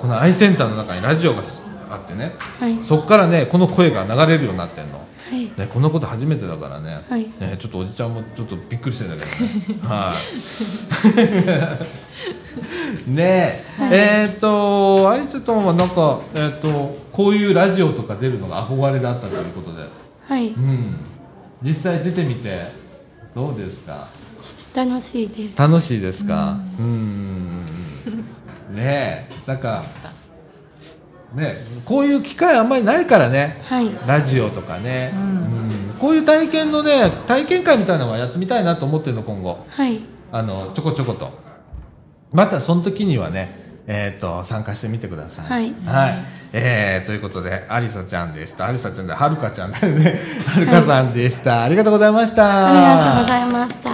このアイセンターの中にラジオがすあってね
はい
そっからねこの声が流れるようになってんの
はい
ね、こんなこと初めてだからね,、
はい
ねちょっとおじちゃんもちょっとびっくりしてんだけど ねはいねえ、えっ、とアリストンはなんか、えっとこういうラジオとか出るのが憧れだったということで、
はい
うん、実際出てみてどうですか
楽しいです
楽しいですかうんんねえなんかねえこういう機会あんまりないからね
はい
ラジオとかね、うんこういう体験のね体験会みたいなのはやってみたいなと思ってるの今後
はい
あのちょこちょことまたその時にはねえー、と参加してみてください。
はい
えーということでありさちゃんでしたありさちゃんではるかちゃんだよねはるかさんでした、ありがとうございました
ありがとうございました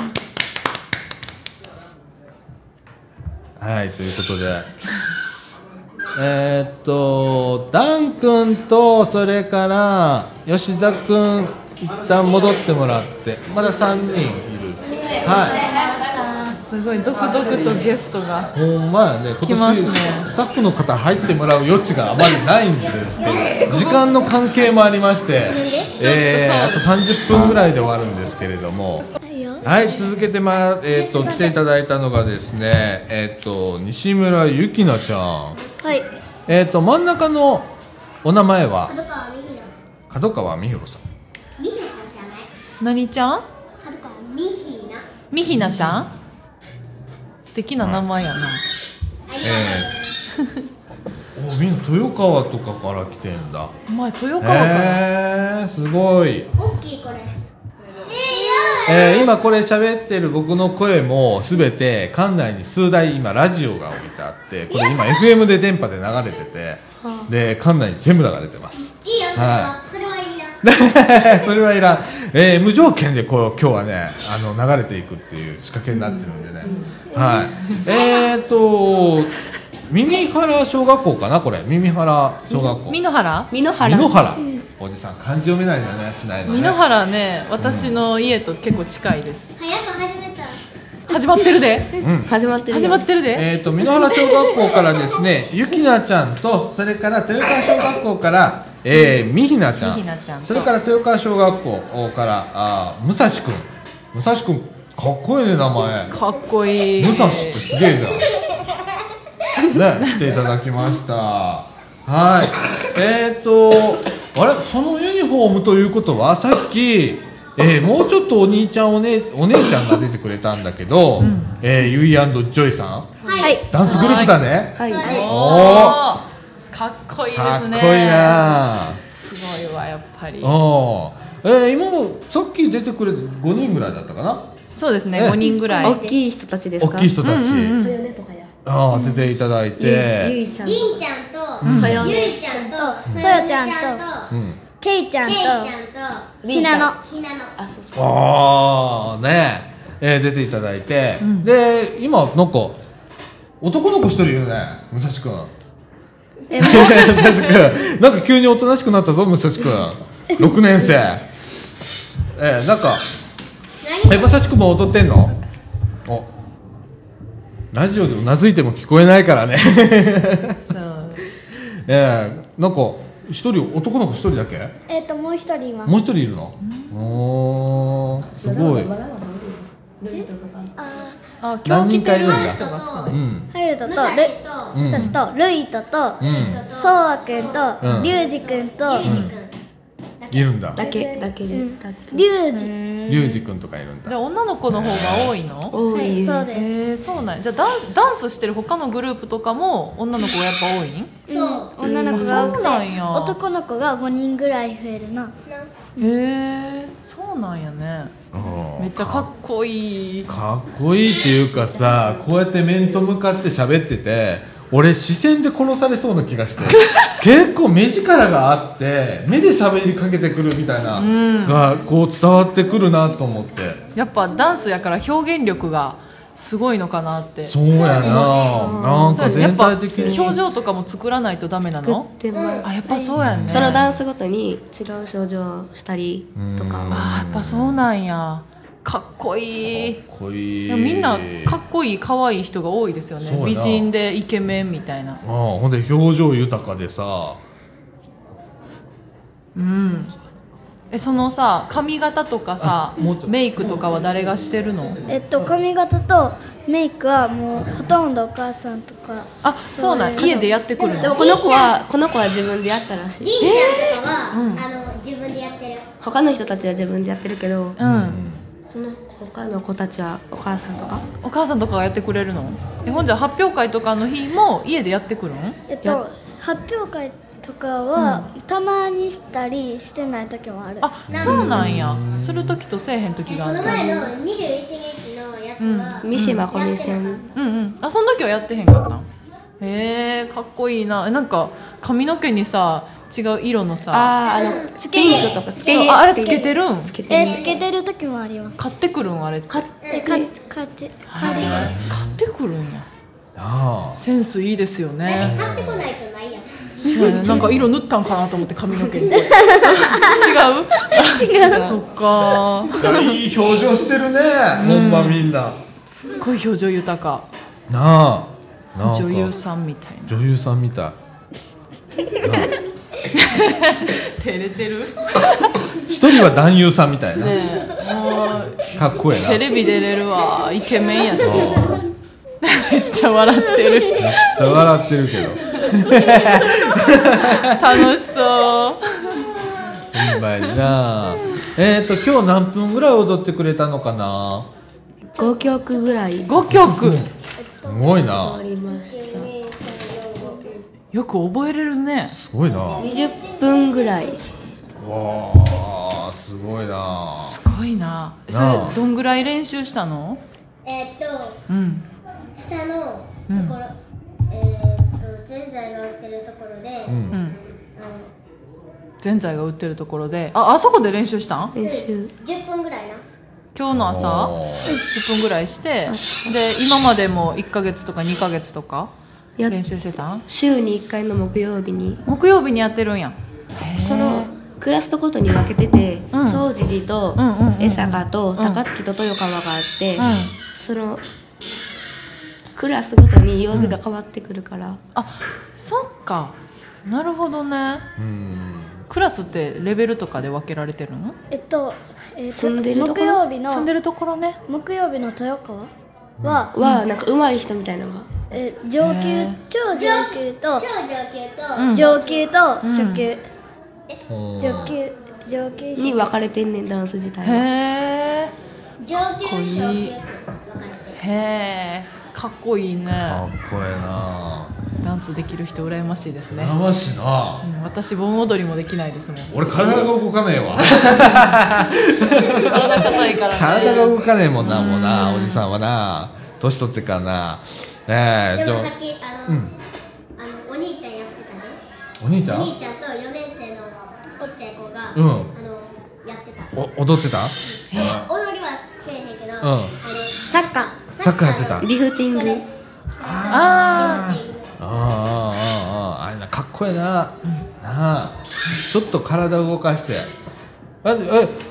はい、ということで。えーっと、ダン君と、それから、吉田君、一旦戻ってもらって、まだ3人いる。はい。
すごい続々とゲストが
ほんまやね、今
来ます
年、
ね
スタッフの方入ってもらう余地があまりないんですけど、時間の関係もありまして、えー、あと30分ぐらいで終わるんですけれども、
はいよ
はい、続けてま、えーっと、来ていただいたのがですね、えーっと、西村ゆきなちゃん。
はい
えっ、と真ん中のお名前は
角川美弘
角川美弘さん。
美弘さんじゃない
何ちゃん
角川美弘な
みひなちゃん素敵な名前やな、
え ー、おみんな豊川とかから来てんだ。
お前豊川かな、
えー、すごい。
大きいこれ
えー、今これ喋ってる僕の声もすべて館内に数台今ラジオが置いてあってこれ今 FM で電波で流れててで館内に全部流れてます。
いいよそれ
は
はそれはいいな
それはいらん、 えー無条件でこう今日はねあの流れていくっていう仕掛けになってるんでね、はいえー、と耳原小学校かなこれ耳原小学校
美濃原
美濃
美濃原おじさん漢字読めないんだねしないのね
美濃原ね私の家と結構近いです
早く始めた
始まってるで
始まって
始まってるで、
えー、と美濃原小学校からですねゆきなちゃんとそれから豊川小学校から、えー、みひなちゃん
みひなちゃんと
それから豊川小学校からあー武蔵くん武蔵くんかっこいいね名前
かっこいい
武蔵ってすげえ じゃん。ね、来ていただきました。はい。えっ、ー、と、あれ、そのユニフォームということは、さっき、えーもうちょっとお兄ちゃんお,、ね、お姉ちゃんが出てくれたんだけど、えー、ゆいジョイさん、
はい
ダンスグループだね。
はい
そうです
お
そうかっこいいで
かっこ
す
いい
ね
な
すごいわやっぱり
おーえー、今もさっき出てくれて5人ぐらいだったかな
そうですね
え
5人ぐらい
きい人たちで
大きい人たち、
とかや
あー出ていただいて、
り
ち
んちゃんとゆいちゃんと
ん
そよみ
そ
と
うん、
けいちゃん
けいち
と
ゃん
ひなの
とひなの
ああねええー出ていただいて、で今なんか男の子一人いるね武蔵君
え
武蔵君なんか急におとなしくなったぞ武蔵君6年生えー、なんかえ
何
武蔵君も踊ってんのおラジオでうなずいても聞こえないからね
うん
えー、なんか一人男の子一人だけ
えっともう一人いま
もう一人いるの、おーすごい
あ今日
何人
来てる
かいるんだ
人が少
う
ない
ん
ハルト
武
と
蔵
ル
と
うん
武蔵とルイトと
うん
そうわくん
うん
とリュウジくんと
いるんだ。
けだけで
リュウジ
リュウジ君とかいるん
じ
だ。
ゃあ女の子の方が多いの
多
はいそうです
えー、そうなんやじゃあダンスダンスしてる他のグループとかも女の子がやっぱ多いん
そう
女の子が多
そう
く
なんや
男の子が5人ぐらい増えるな
へえそうなんやねめっちゃかっこいい
かっこいいっていうか さ、こうやって面と向かって喋ってて、俺視線で殺されそうな気がして。結構目力があって目で喋りかけてくるみたいな、
ん
がこう伝わってくるなと思って
やっぱダンスやから表現力がすごいのかなって
そうやな、なんか
そう
全
やっぱ
体的に
表情とかも作らないとダメな
作っ
の
てます、
あやっぱそうやね、
そのダンスごとに違う症状したりとか
あやっぱそうなんやかっこいい
かっこいい
でもみんなかっこいい可愛い人が多いですよ
そうや
ね
な
美人でイケメンみたいな
ああほんで表情豊かでさ
うんえそのさ髪型とかさ
あもうちょ
メイクとかは誰がしてるの
えっと髪型とメイクはもうほとんどお母さんとか
あそうなん家でやってくる
でも
の
この子はこの子は自分でやったらしい
リンちゃんとかは、
うん
あの自分でやってる
他の人たちは自分でやってるけど
うん
その子他の子たちはお母さんとか
お母さんとかがやってくれるのえほんじゃ発表会とかの日も家でやってくるん
えっと発表会とかは、たまにしたりしてない時もある
あそうなんやする時とせえへん時
え
が
こ
ある
の前の21日のやつは、
三島小見線、
うんうんあその時はやってへんかったんへえかっこいいなえなんか髪の毛にさ違う色のさ
あああのつけ根とかつけ
そう
根
ああれつけてるん
つけ
え
て
ーつけてる時もあります
買ってくるんあれって買っ
えかかちか
てくるんや
あ
センスいいですよ
だっ
ね
て買ってこないとないやん
そうやねなんか色塗ったんかなと思って髪の 毛に違う違う そっか
あいい表情してるね、ほんまみんな
すっごい表情豊 か
なあなんか
女優さんみたいな
女優さんみた
照れてる
い一人は男優さんみたいな、
ねえもう
かっこええな
テレビ出れるわイケメンやし めっちゃ笑って る
そう笑ってるけど
楽しそう
ほんまやなえっ、ー、と今日何分ぐらい踊ってくれたのかな
5曲ぐらい
5曲
すごいな
ありました
よく覚えれるね
すごいなわ
20分ぐらい
あすごいな
すごいなそ
なあ
れどんぐらい練習したの
えーっと
うん
下のところ、えーっとぜんざいが売ってるところで、
ん
うんぜんざいが売ってるところでああそこで練習したん
練習
10分ぐらいな
今日の朝
おー
10分ぐらいしてで今までも1ヶ月とか2ヶ月とか
や
練習してたん
週に1回の木曜日に
木曜日にやってるんや
そのクラスとことに分けてて
うん
庄司寺と
うんうんうんうん
江坂と
ん
高槻と豊川があって
うん
そのクラスごとに曜日が変わってくるから
あそっかなるほどね
うん
クラスってレベルとかで分けられてるの
えっと,、えっと
住んでるとこ
木曜日の
住んでるところね
木曜日の豊川は、
はなんか上手い人みたいなのが
え上級
へー
超上級
超上
と
級と、
うん
上級と初級、
うん
上級上級
に分かれてんねんダンス自体
へ
は
え
上級
かっこ
と
いい
昇級って分かれてる
へえかっこいいね
かっこええな
ダンスできる人羨ましいですね
やましいな
うん私盆踊りもできないですもん
俺体が動かねえわ
体硬いからね
体が動かねえもんなもうなおじさんはな年取ってからなええ
で
ー、
も
じ
さ
ゃ
っきあ
うん
の、あのお兄ちゃんやってたね
お兄ちゃ
お
ん
兄ちゃんと4年生のおっちゃい子が、
うん
あのやってた
お踊ってた
踊りはせえへんけど、
ん
あの
サッカー
サッカーやってたあー
リフティング
あ
あーあーあーあれなかっこええな、なあちょっと体動かしてあえ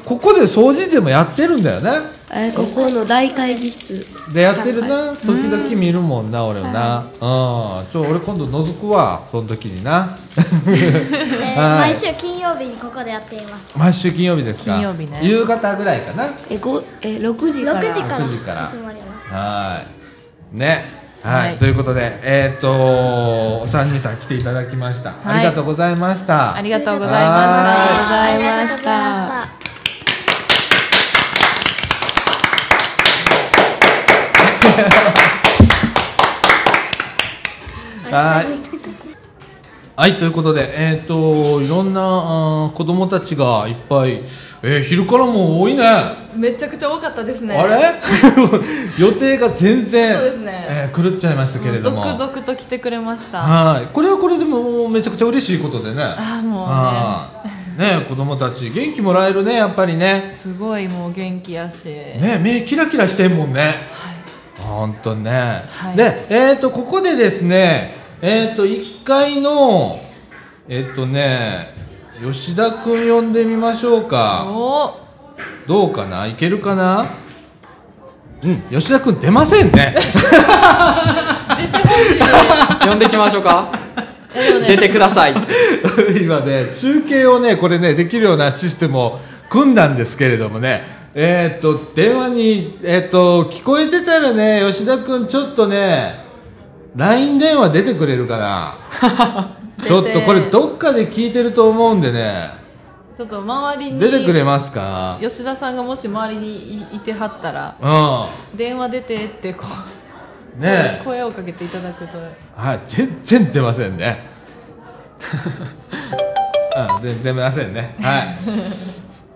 ここで掃除でもやってるんだよね
えーここの大会議室
でやってるな時々見るもんな俺なうんちょ俺今度覗くわその時にな
えー
はい
毎週金曜日にここでやっています
毎週金曜日ですか
金曜日ね
夕方ぐらいかな
えごえ6時から
6時から
6時から
集まります
はいねはい、
はい
ということでえっ、とお三人さん来ていただきました、
はい
ありがとうございました
ーありがとうございまし
は
た
い
ありがとうございました
あはいということで、えー、といろんなあー子供たちがいっぱい、えー昼からも多いね
めちゃくちゃ多かったですね
あれ予定が全然
そうですね
えー狂っちゃいましたけれど
続
も
々と来てくれました
はいこれはこれでもめちゃくちゃ嬉しいことでね
あーもうね
あーね子供たち元気もらえるねやっぱりね
すごいもう元気やし、
ね目キラキラしてんもんね本当ね、
はい
でえっ、とここでですねえっ、と1階のえっ、とね吉田君呼んでみましょうか
お
どうかないけるかなうん吉田君出ません ね
出てほしいい
呼んできましょうか
やでもね
出てください
今ね中継をねこれねできるようなシステムを組んだんですけれどもねえっ、と電話にえっ、と聞こえてたらね吉田君ちょっとね LINE 電話出てくれるかなちょっとこれどっかで聞いてると思うんでね
ちょっと周りに
出てくれますか
吉田さんがもし周りにいいてはったら
う
電話出てってこ
ん
う、
ねえ
声をかけていただくと
はい全然出ませんね うん全然出ませんねはい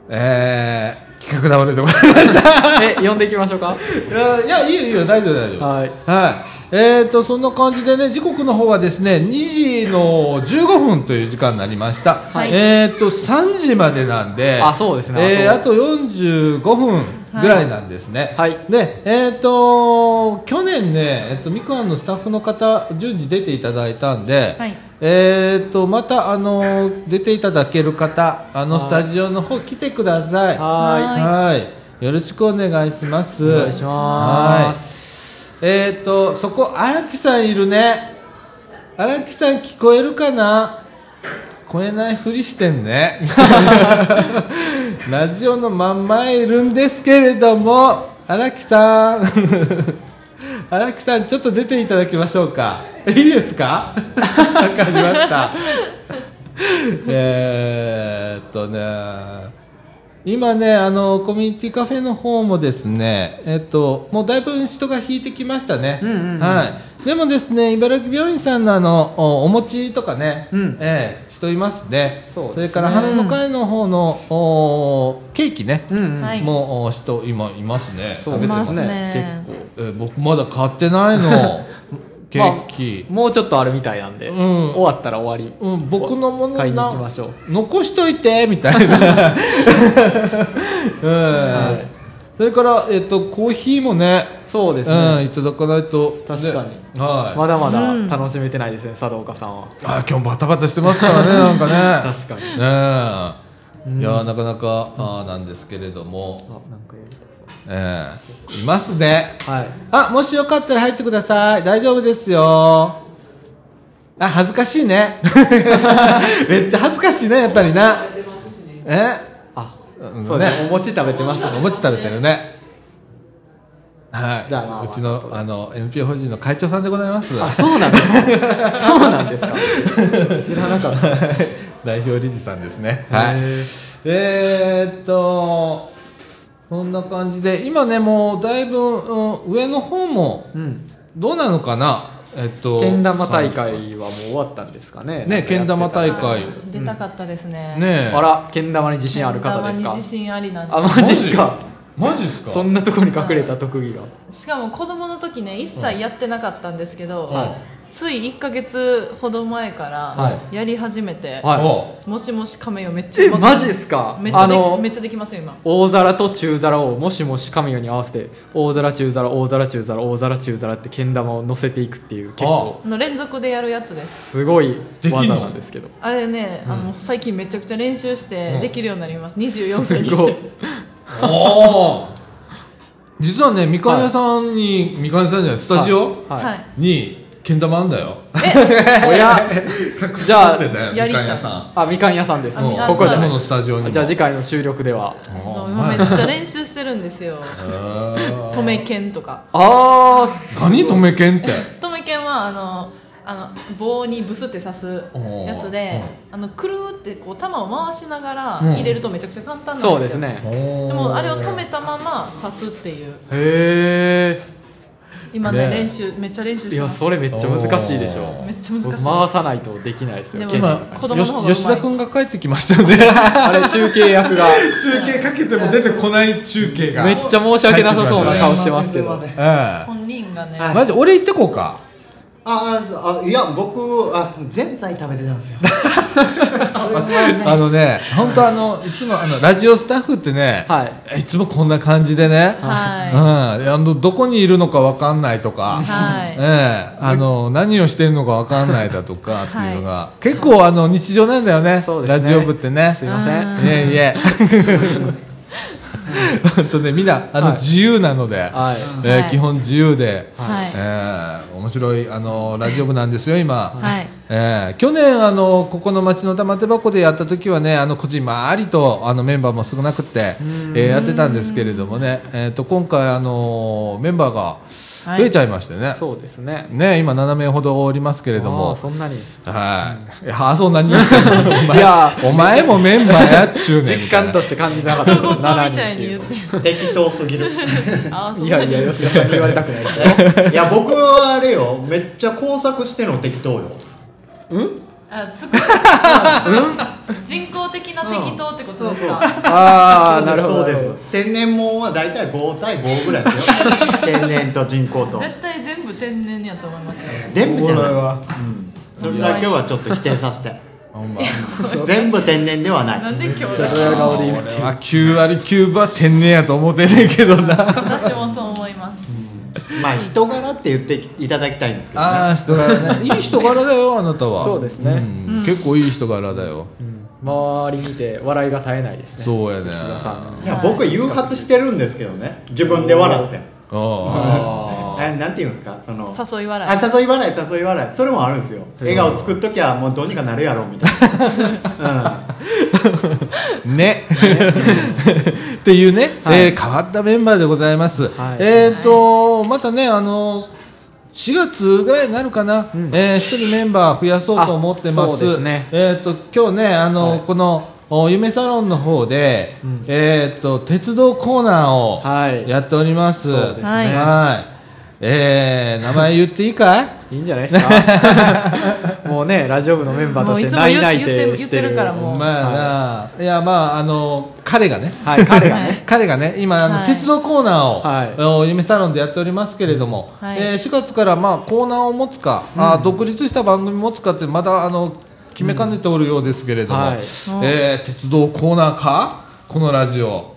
えー、企画倒れてもらいました
え呼んできましょうか
いやいやいいよいいよ大丈夫大丈夫
はい
はいえー、とそんな感じでね時刻の方はですね2時の15分という時間になりました、
はい
えー、と3時までなんであ
あそうですね
えーあ
あ
と45分ぐらいなんですね
はい
でえー、と去年ね、えっとみくあんのスタッフの方順次出ていただいたんで、
はい
えー、とまたあの出ていただける方あのスタジオの方来てください
は
はい、よろしくお願いします。
お願いします
はい。えっ、と、そこ荒木さんいるね。荒木さん聞こえるかな。聞こえないふりしてん ね。 ラジオのまんまいるんですけれども、荒木さん。 荒木さん、ちょっと出ていただきましょうか。いいですか。 わかりました。 えーっとね。今ね、あの、コミュニティカフェの方もですね、えっと、もうだいぶ人が引いてきましたね。はい。でもですね、茨城病院さんのあの、おお餅とかね、
うん
ええ人いますね。
そうですね
れから、花の会の方の、おケーキね、
うんうん
はい
もうお人今いますね。
そう
食べて
ま
ますす
ね
結構
えー僕まだ買ってない の、ケーキ。
もうちょっとあるみたいなんで、
ん
終わったら終わり、
うん、僕のものな
買いに行きましょう
残しといてみたいな、うんそれから、えっとコーヒーもね
そうですね、
うん、いただかないと
確かに
ねはい、
まだまだ
うん
楽しめてないですね佐藤岡さんは
あ今日バタバタしてます からねなんかね
確かに
ねえいやーなかなかあーなんですけれども、
あなんかやり
ええいますね
たいはい
あもしよかったら入ってください大丈夫ですよあ恥ずかしいね めっちゃ恥ずかしいねやっぱりなえ
あ
うん
そうですね
ね
お餅食べてます
お餅食べてるね。はい。
じゃあまあ
うちのあの NPO 法人の会長さんでございます。
あそうなんですか そうなんですか知らなかった
代表理事さんですね。はい。えーっと。そんな感じで今ねもうだいぶ、うん上の方も
うん
どうなのかなえっと
けん玉大会はもう終わったんですかね
ねけん玉大会
出たかったですね、
ねえ
あらけん玉に自信ある方です
たま
か
に自信ありなん
あ
で
マジっすか
マジですか
そんなとこに隠れた特技が
しかも子供の時ね一切やってなかったんですけど、
はい
つい1か月ほど前から
は
やり始めて、
は
もしもし亀よめっちゃ
え
うまく
マジっすか
めっちゃ
あ
で
の
めっちゃできますよ今
大皿と中皿をもしもし神よに合わせて大皿中皿大皿中皿大皿中皿ってけん玉を乗せていくっていう結構
の連続でやるやつです
すごい
できんの
技なんですけど
あれね、あの最近めちゃくちゃ練習してできるようになります、24歳に
す
し
ごい
て
おおー実はねみかん屋さんに、みかん屋さんじゃないスタジオ、
はい
はい
にけん玉あんだよ
おやじゃあ
隠し持ってんだよ
やり
みか
たい
ん屋さん
あみかん屋さんです
あみかん屋さん
ここじゃない
いつものスタジオにも
じゃあ次回の収録では
あ
今めっちゃ練習してるんですよ
止
止め剣とか
あ
何止め剣って
止め剣はあのあの棒にブスって刺すやつであのくるーってこう球を回しながら
うん
入れるとめちゃくちゃ簡
あ
単なんですよ、
そうですね
でもあれを
止
止めたまま刺すっていう
へえ
今ね
ね
練習めっちゃ練
い
習して
や
ます
それめっちゃ難しいでしょ
お
めっちゃ難
僕
しい
回さないとできないですよ
でも
剣
今
の中に
子供の方がうまい
よ吉田君が帰ってきましたね
あれ中継役 が
中継かけても出てこない中継が
めっちゃ申し訳なさそうな顔してますけど
すいませんすいません
え
本人がね、
は
え
い
マジ俺行ってこうか
ああそうあいや僕あぜんざい食べてた んですよすいません
あのね本当あのいつもあのラジオスタッフってね、
はい
い、つもこんな感じでね、
は
うん、あのどこにいるのかわかんないとか、
はい
ええあの何をしてるのかわかんないだとかっていうのが、結構あの日常なんだよね
そうですね
ラジオ部ってね
すいません
いえい え本当ねみんなあの、
はい
自由なので、
はい
えー
はい
基本自由で、
はい
えー面白いあのラジオ部なんですよ今、
はい
えー去年あのここの町の玉手箱でやった時はねあのこじんまりとあのメンバーも少なくて、えーやってたんですけれどもね、えー、と今回あのメンバーが増えちゃいましてね、
そうですね
ね今7名ほどおりますけれど
あー
も
そんなに
はいいやあそう何言ってんのお前
いや
お前もメンバーやっちゅうねんみ
実
たい
感
な
として感じてなかった
人
です
ごとみ
7人
た
っ
い
て
に
い
言っ
う
て
適当すぎる
あーそん
い
な
や
に
いや吉田さんに言われたくないですね
いや僕はあれよめっちゃ工作しての適当よ
あつく人工的な適当ってことですか、
ああなるほど
そうです天然もんは大体5対5ぐらいです よ天然と人工と
絶対全部天然やと思いますよ
全部じゃない
は
それだけはちょっと否定させて
ほんま
全部天然ではな
ないんで今日
ちょっとドヤ顔で言って
俺は9割9分は天然やと思ってんねんけどな
私もそう思います
まあ人柄って言っていただきたいんですけどね
ああ人柄 ねいい人柄だよあなたは
そうですね
ん結構いい人柄だよ、
うん周り見て笑いが絶えないですね
そうやね
吉田さん
いや僕誘発してるんですけどね自分で笑って
あ
あ
えなんて言うんですかその
誘い笑い
あ誘い笑い誘い笑いそれもあるんですよ笑顔作っときゃもうどうにかなるやろみたいな、
あねっていうね、えー変わったメンバーでございます、
はい
えっ、とまたねあの4月ぐらいになるかな、えー一人メンバー増やそうと思ってます
あそうですね
えっ、と今日ねあの、
はい
このお夢サロンの方で、
ん
えっ、と鉄道コーナーを、
あはい
やっております。
そうですね
はい。えー、名前言っていいかい
いいんじゃない ですかもうねラジオ部のメンバーとして
もう
ない
つ
い
も言う
ない
言って
てして
言ってる
る
からも
まあな、い、やまああの彼がね、
はい彼が
はい
ね
彼がね今あの、
はい
鉄道コーナーを、
はい
お夢サロンでやっておりますけれども、
はい
えー4月からまあコーナーを持つか、あー独立した番組を持つかってまだあの決めかねておるようですけれども、
うんはい
えー鉄道コーナーかこのラジオ。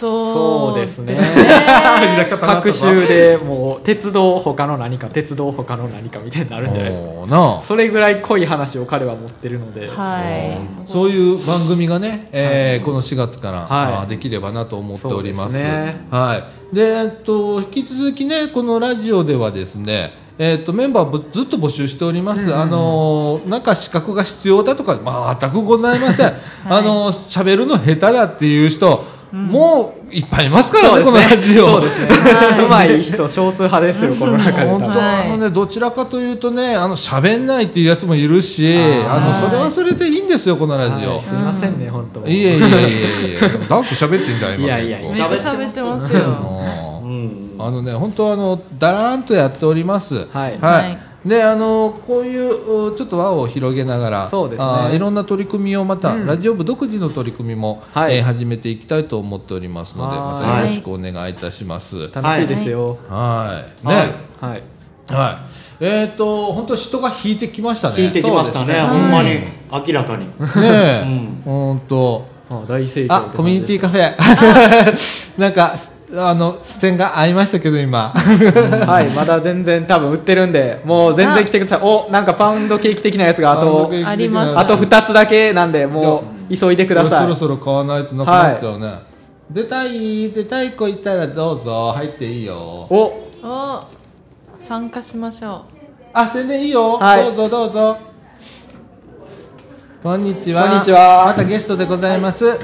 そう
そうですね
開き方があった
各
ぞ
週でもう鉄道他の何か鉄道他の何かみたいになるんじゃないですか
おーなあ
それぐらい濃い話を彼は持ってるので、
はい
そういう番組がね、えーこの4月から、
はい
あーできればなと思っております。
そうですね
はい。で、えっと、引き続きね、このラジオではですね、えっと、メンバーぶずっと募集しております。あのーなんか資格が必要だとか、全くございま せん。あのー喋るの下手だっていう人、もういっぱいいますからね、このラジオ。
そうですね
はいう
まい人少数派ですよこの中で多
本当
分
あのねどちらかというとねあの 喋んないっていうやつもいるしあのそれはそれでいいんですよこのラジオ、
はいすいませんね本当
いえいえいえいえ、ダンク喋ってんじゃん、今。
いやいやいや
めっちゃ喋ってますよ
あ
う
ー
ん、
あのね、本当、あの、だらーんとやっております。
はい
はい
で、あの、こういう、うちょっと輪を広げながら。
そうですね
あーいろんな取り組みを、また、ラジオ部独自の取り組みも、
はい
えー始めていきたいと思っておりますので、ま
はい
たよろしくお願いいたします。はい。
楽しいですよ
はいね。
はい
はい。えっ、と、本当人が引いてきましたね。
聞いてきましたねほんまに明らかに
ねえ、
うん
本当。
あ大成長
あ、コミュニティカフ
フ
ェ。なんか、あの、視点が合いましたけど、今。
はいまだ全然多分売ってるんでもう全然来てくださいおなんかパウンドケーキ的なやつがあと
あります
あと2つだけなんでもう急いでくださ
そろ
い
そろ買わないとなくなっちゃうね。出たい、出たい子いたらどうぞ、入っていいよ。
お
お参加しましょ
あ、宣伝いいよ。
はい
どうぞどうぞ。こんにちは。
こんにちは
またゲストでございます。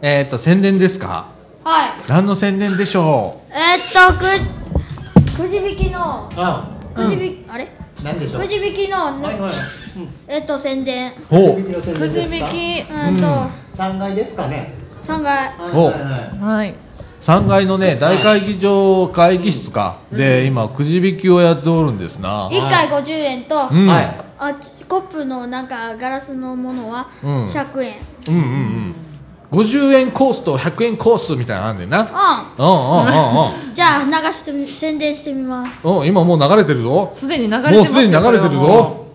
えっ、と、宣伝ですか
はい
何の宣伝でしょう
えーっとくくじ引きの
あ
くじ引き、あれ
なんでしょう
くじ引きの、ね
はいはい
えーっと宣伝
ほう。
うくじ引き
うんと
3階ですかね
3階
はい
お
はいはい
はい
3階のね大会議場会議室か、で今くじ引きをやっておるんですな
1回50円と、
うんはい
あコップのなんかガラスのものは
うん
100円、
うんうんうん50円コースと100円コースみたいなのあんねんなうんうんうん
じゃあ流してみ宣伝してみます
うんうん今もう流れてるぞ
すでに流れてますよ
もうすでに流れてる
こはも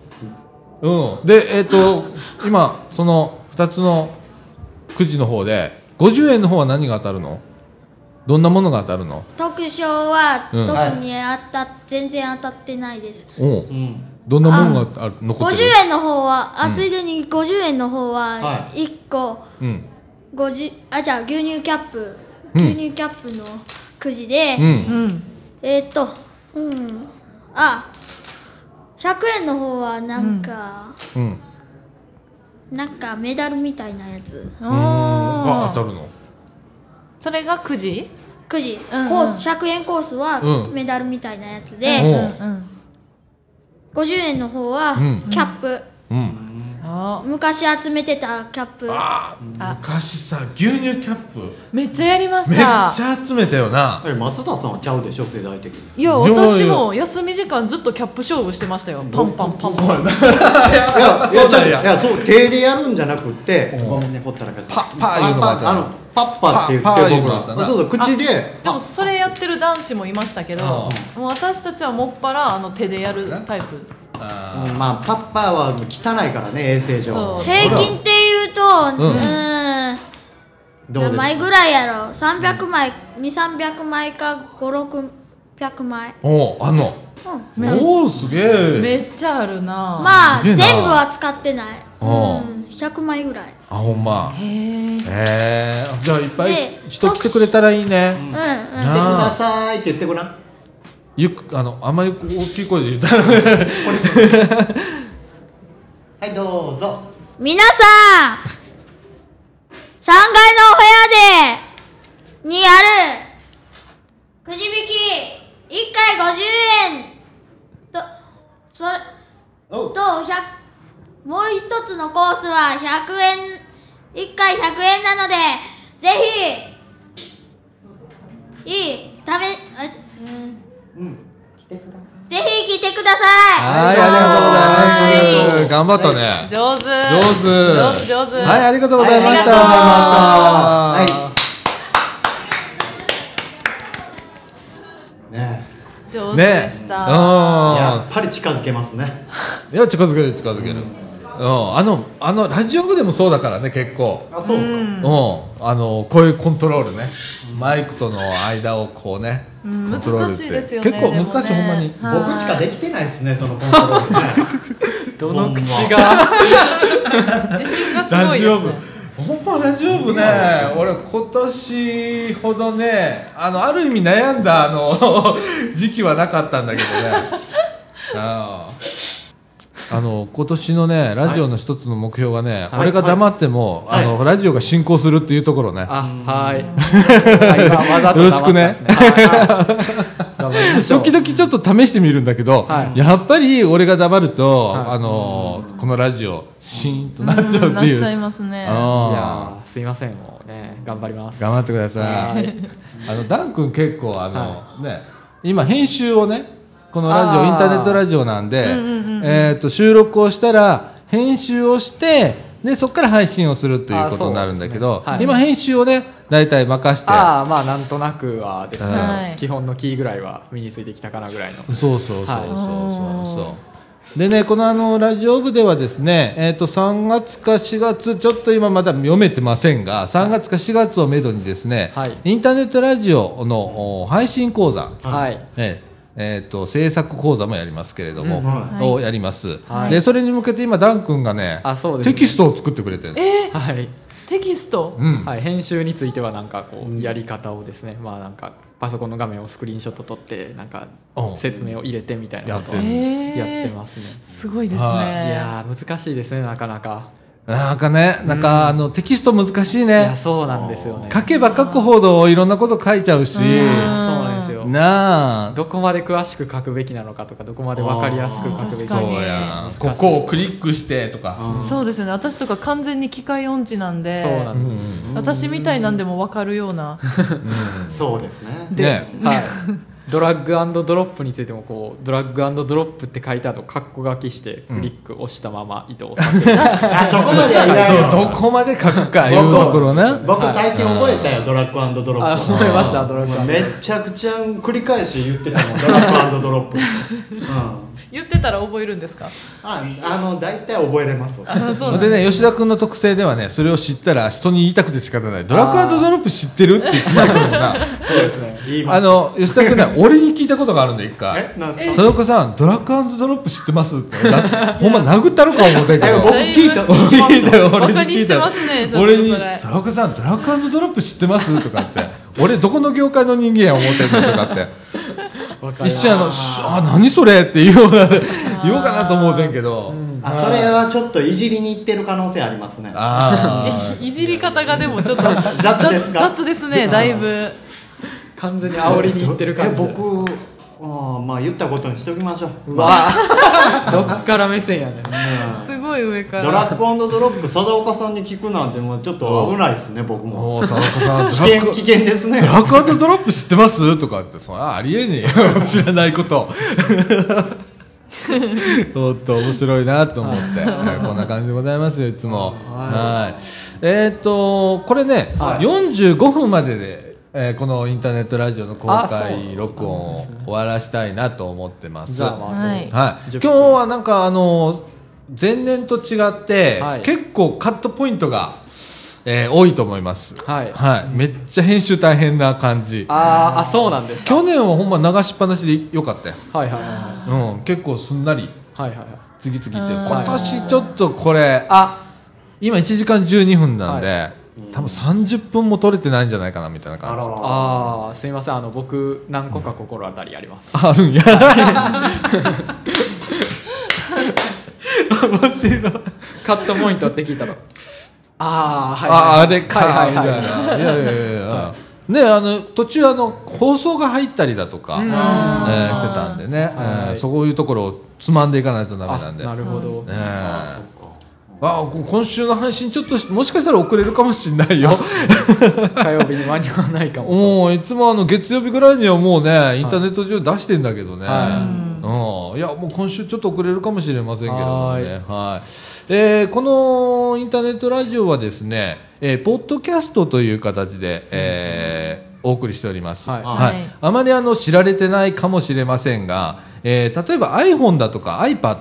う
ぞうんでえっ、と今その2つのくじの方で50円の方は何が当たるのどんなものが当たるの
特賞は
うん
特に当たっ、全然当たってないです
おう、どんなものがある残っ
50
てる
円の方は、あ
うん
ついでに50円の方
は
は1個
うん
50あじゃあ牛乳キャップ、
うん
牛乳キャップのくじで、
うん
えーっとうんあ100円の方はなんか、
うん
なんかメダルみたいなやつ
が当たるの
それがくじくじ、コース100円コースは
うん
メダルみたいなやつで、
おう
50円の方は
うん
キャップ、
うん
昔集めてたキャップ
昔さ牛乳キャップ
めっちゃやりまし
めっち
た
ゃ集めたよな
松田さんはちゃうでしょ世代的に
いや私も休み時間ずっとキャップ勝負してましたよパンパンパンパ
い
ン
やいやちょっといやそう手でやるんじゃなくてごめんねほったらかしパッ
パーいうのがあったな
あのパッパって言
パッパー
っ
い
て
うの
僕
があったな
らそうそう口で
でもそれやってる男子もいましたけどもう私たちはもっぱらあの手でやるタイプ
うんまあパッパーは汚いからね衛生上
平均っていうと
うん
うーん
どうで
何
す
枚ぐらいやろ300枚2300枚か5600枚
おうあんの
うん
おおすげえ
めっちゃあるな
まあ
すげえ
全
な
部は使ってない
おう
100枚ぐらい
あほんま
へえ
えー、じゃあいっぱい
で
人来てくれたらいいね、
うん
な
来てくだ
あ
さいって言ってごらん
ゆっくあのあんまり大きい声で言ったら
はいどうぞ
皆さん3階のお部屋でにあるくじ引き1回50円とそれと100もう一つのコースは100円1回100円なのでぜひいいためあちうんぜひ来てください
はいありがとうございます頑張ったね
上手
上手
上手上手
はいありがとうございました、
はいありがとうございました
はい
ね
上手
ね
でし
うん
た、
やっぱり近づけますね
いや近づける近づける、うんあのあのラジオ部でもそうだからね結構
あそう
う
か
んあのこういうコントロールねマイクとの間をこうね、
うん
コントロールって
難しいですよね
結構難しい、
でも
ほん
ね
まに
はい
僕しかできてないですねそのコントロール どの口
が自信がすごいですね
ほんまラジオ部ね俺今年ほどねあのある意味悩んだあの 時期はなかったんだけどねあああの今年のねラジオの一つの目標がね、
はい
俺が黙っても、
はい
あのラジオが進行するっていうところね、
あはいはいわわざと
よろしくね
黙ってますねはい頑張りましょう
時々ちょっと試してみるんだけど、やっぱり俺が黙ると、あのーこのラジオシーンとなっちゃうっていう、
なっちゃいますね
あー
いやーすいませんもうね頑張ります
頑張ってくださ。
はい
あのダン君結構あの、ね今編集をねこのラジ
あ
オ
ー
インターネットラジオなんで、
うんうんうんうん
えっと収録をしたら編集をしてでそこから配信をするということになるんだけど、
あーそうですね
今
はい
編集をね大体任して。
ああまあなんとなくはですね、
はい
基本のキーぐらいは身についてきたかなぐらいの
そうそうそうそうそう
は
そうでねこのあのラジオ部ではですね、えー、と3月か4月ちょっと今まだ読めてませんが3月か4月をめどにですね、インターネットラジオのお配信講座、
はい
えーえーと制作講座もやりますけれども、
うんはい
をやります、
はい
でそれに向けて今ダン君がねテキストを作ってくれてる
えー
はい
テキスト、
はい、編集についてはなんかこうやり方をですね、まあなんかパソコンの画面をスクリーンショット撮ってなんか説明を入れてみたいなことを
や
やっ
っ
て
る
てますね、
すごいですね、
はいいやー難しいですねなかなか
なんかねなんか、あのテキスト難しいね
そうなんですよね
書けば書くほどいろんなこと書いちゃうし
そうなんですよ、
なあ
どこまで詳しく書くべきなのかとかどこまで分かりやすく書くべきな
そ
の
うや
か
んここをクリックしてとか、
そうですよね私とか完全に機械音痴なんで
そうなん
私みたいなんでも分かるような
そうですね
で、
ね
はい、ドラッグドロップについてもこうドラッグドロップって書いた後括弧書きしてクリック押したまま移動させる、
あそこまではいないよ
そうどこまで書くかいうところね
僕最近覚えたよドラッグドロップ
あ覚えましたドラッグ
めちゃくちゃ繰り返し言ってたもんドラッグドロップ、うん
言ってたら覚えるんですか
ああの大体覚えれます
あそうなん
でね吉田君の特性ではねそれを知ったら人に言いたくて仕方ないドラッグドロップ知ってるって聞いてくるもんな
そうですね言いま
あ
す
の吉田君ね俺に聞いたことがあるんで一回
えなんですか
佐藤さんドラッグドロップ知ってますってな ほんま殴ったろか思ったけ
え
ど
僕聞いた
俺に聞いたよ
バ
俺に
カに
聞い
して
たよ
ますねちょっとそれ
俺に「佐岡さんドラッグドロップ知ってます?」とかって「俺どこの業界の人間や思ってんの?」とかって
わかる
一瞬あの「しあ何それ?」って言おうな言おうかなと思うてんけど
あそれはちょっといじりに行ってる可能性ありますね
あ
えいじり方がでもちょっと
雑ですか
雑ですねだいぶ
完全に煽りにいってる感じ
え僕ああまあ言ったことにしときましょう
わあ どっから目線やねん
すごい上か
ド
ら
ラッグドロップ貞岡さんに聞くなんてもうちょっと危ないですね僕
あ
も
もう佐岡さん
危
ドラッ
険
グ
危険ですね
ドラッグドロップ知ってますとかってそらありえ ねえよ知らないこと おっと面白いなと思 って、はいこんな感じでございますよいつもはいえっ、とこれね、45分までで、えーこのインターネットラジオの公開録音を終わらしたいなと思ってます
じゃあまあ
は
は
い
い、今
10
日はなんかあの前年と違って、
はい
結構カットポイントが、えー多いと思います
はい
めっちゃ編集大変な感じ
あーあそうなんですか
去年はほんま流しっぱなしでよかったよ、
はいはいは
うん、結構すんなり
いはいはいはい
次々いって今年ちょっとこれ
あ
今1時間12分なんで、多分30分も取れてないんじゃないかなみたいな
あ
感じ
ら
あーすいませんあの僕何個か心当たりあります
あるんや面白い
カットポイントって聞いたのああはいはい
ああれか、
はいはい
み
はい
たいな。いやいやいやいや。ね、あの途中あの放送が入ったりだとか、えーしてたんでね、
は
え
い
ーそういうところをつまんでいかないとダメなんで、
あなるほど
ねえあこ今週の配信ちょっともしかしたら遅れるかもしれないよ
火曜日に間に合わないかも
もういつもあの月曜日ぐらいにはもうねインターネット上で出してんだけどね、
は
うん、いやもう今週ちょっと遅れるかもしれませんけれどもね
は
はいえーこのインターネットラジオはですね、えーポッドキャストという形で、えーお送りしております、
はい
はい
あまりあの知られてないかもしれませんが、えー例えば iPhone だとか iPad、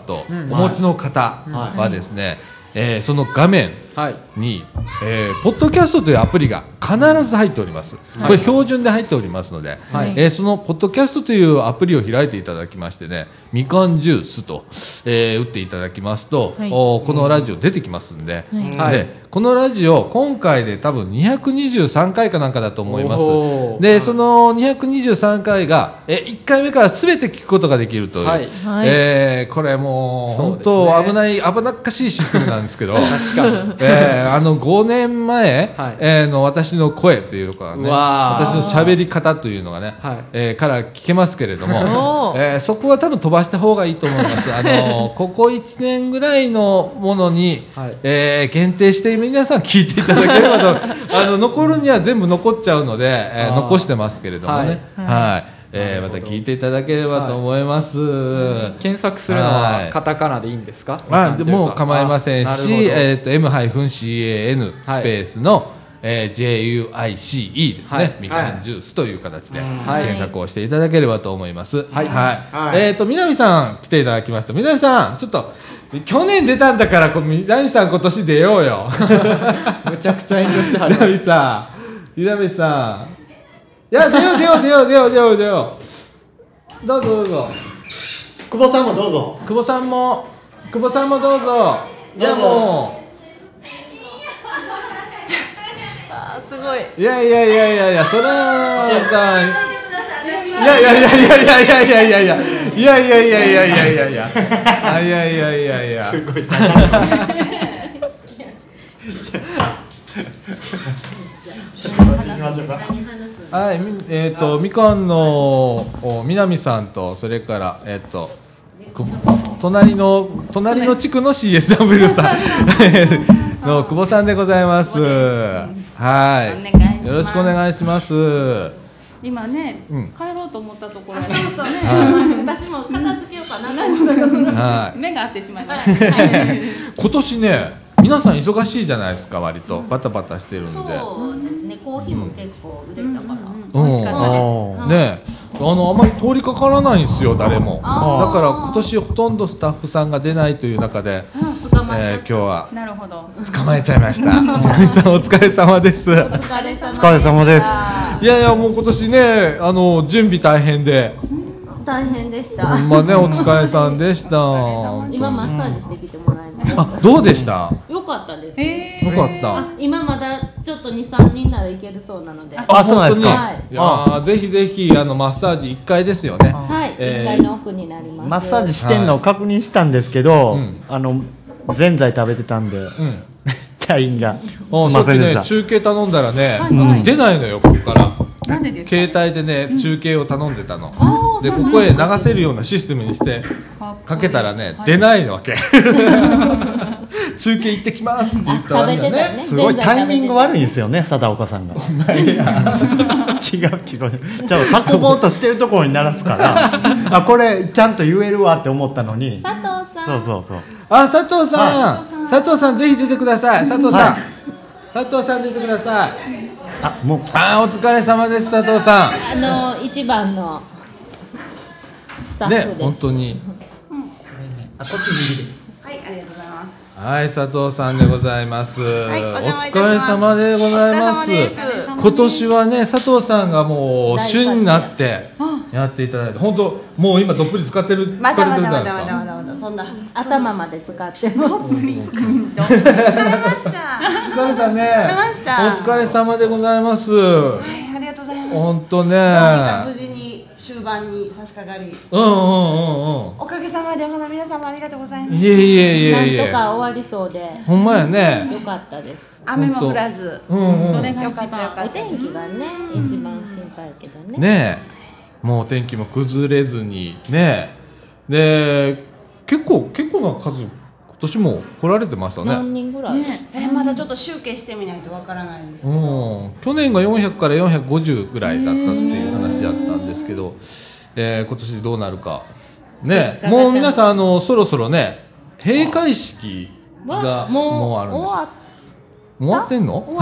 お持ちの方はですね、えーその画面
はい
に、えーポッドキャストというアプリが必ず入っております、これ標準で入っておりますので、
はい
えーそのポッドキャストというアプリを開いていただきましてねみかんジュースと、えー打っていただきますと、
はい
おーこのラジオ出てきますんで,、
はい
でこのラジオ今回で多分223回かなんかだと思います
おー
でその223回が、え1回目から全て聞くことができるという、
はい
はい
えーこれもう本当
そうですね
危ない危なっかしいシステムなんですけ ど えーあの5年前、
はい
えーの私の声というかね
うわー
私の喋り方というのがね、
はい
えーから聞けますけれども
お、ー
えーそこは多分飛ばした方がいいと思います。あのーここ1年ぐらいのものに、
はい
えー限定して皆さん聞いていただければと あの残るには全部残っちゃうので、えー
あー
残してますけれどもね、はい、えーま
なるほ
た
ど
聞いていただければと思います。
検索するの
はい
はカタカナでいいんですか
まあ、でもう構いません
あなる
し、
ほど
えー、と M-CAN
はい
スペースの、えー JUICE ですね、
はい
みかんジュースという形で
はい
検索をしていただければと思います。はい。
はい
えっ、と、南さん来ていただきました。南さん、ちょっと、去年出たんだから、こう南さん今年出ようよ。
むちゃくちゃ遠慮してはる
南さん、南さん。いや、出よう出よう出よう出よう出よう出よう。どうぞどうぞ。
久保さんもどうぞ
久保さんも久保さんもどうぞいや
どうぞ
も
あすごいう
いやいやいやいやいやそれはさいやいやいやいやいやいやいやいやいやいやいやいやいやいやいやいやい やいやいやいや
すごい高いちょっと待ちましょうか
何話す
はい、みえっ、と、みかんの、お、南さんと、それから、えっ、と。く隣の、隣の地区の C. S. W. さん。 の久保さんでございます。はい。よろしくお願いします。
今ね、
うん
帰ろうと思ったところ
そうね私も片付けようかな
は
目が合ってしまいました、
今年ね、皆さん忙しいじゃないですか、割と、バタバタしてるんで。
そうですねコーヒーも結構売れたから、
うん
美味しかったです、うん
ねえあのあまり通りかからないんですよ誰もだ
あー
から今年ほとんどスタッフさんが出ないという中で、
捕まえちゃった
えー今日は
なるほど
捕まえちゃいました南さんお疲れ様ですお
疲れ様
お疲れ様ですいやいやもう今年ねあの準備大変で
大変でした、
ほんまねお疲れさんでした
今マッサージしてきてもらいました
あどうでした
よかったです、ね
よかった
あ今まだちょっと23人ならいけるそうなので
あそうなんですか
はい
いやーぜひぜひあのマッサージ1回ですよね
はい、
えー
1階の奥になりま
マッ
す
サージしてんのを確認したんですけど、あのぜんざい食べてたんで、
ん
社員がすい
うんさ
ま
っき
せんで
ね
した、
中継頼んだらね、
はいはい
出ないのよここから
なぜですか
携帯でね中継を頼んでたの、
あー
で
そう
こ
なん
こへ
だ
流せるようなシステムにして
かっこいい
かけたらね、
はい
出ないわけ 中継行ってきますって言ったら
あ食べてたね
すごいタイミング悪いんですよね貞岡さんが 違う違うちょっと運ぼうとしてるところに鳴らすから あこれちゃんと言えるわって思ったのにそう
佐藤さん
そうそう
あ佐藤さん、佐藤さんぜひ出てください佐藤さん、佐藤さん出てください
あもう
あーお疲れ様です佐藤さん
あの一番のスタッフ
ね
です、
本当に
はい、ありがとうございます。
はい、佐藤さんでございます。
いお
お
邪魔いたし
疲れ
ます
様でございま
お疲
す。
れ様です
今年はね、佐藤さんがもう
大活躍
旬になってやっていただいて、本当もう今どっぷり使ってる、
まだ
疲れ
ま
てる
だ
じゃな
ま
いで
だまだまだま
すか。
だそんな
頭まで使ってます
疲れました。
疲れたね。
疲れました。
お疲れ様でございます。
はい、ありがとうございます。
本当
どう
ね。
にか無事に終盤に差し掛かり、
うんうんうん
おかげさまでまだ皆様ありがとうございま
うん。
す。
いえいえいえい
なん
え
と。か終わりそうで
ほんまやね。
よかったです
雨も降らず、
うんうんそれ
が
よかったよか
お
った。
天気がね、一番心配やけどね
ねえもう天気も崩れずにねえで結構結構な数今年も来られてましたね
人ぐら
い、ねえまだちょっと集計してみないとわからないです
う
けど、
ん去年が400から450ぐらいだったっていう話だったんですけど、えー今年どうなるかねえもう皆さんあのそろそろね閉会式が
は
も
も
う
う
あるんです
終わっ
もう終わってんの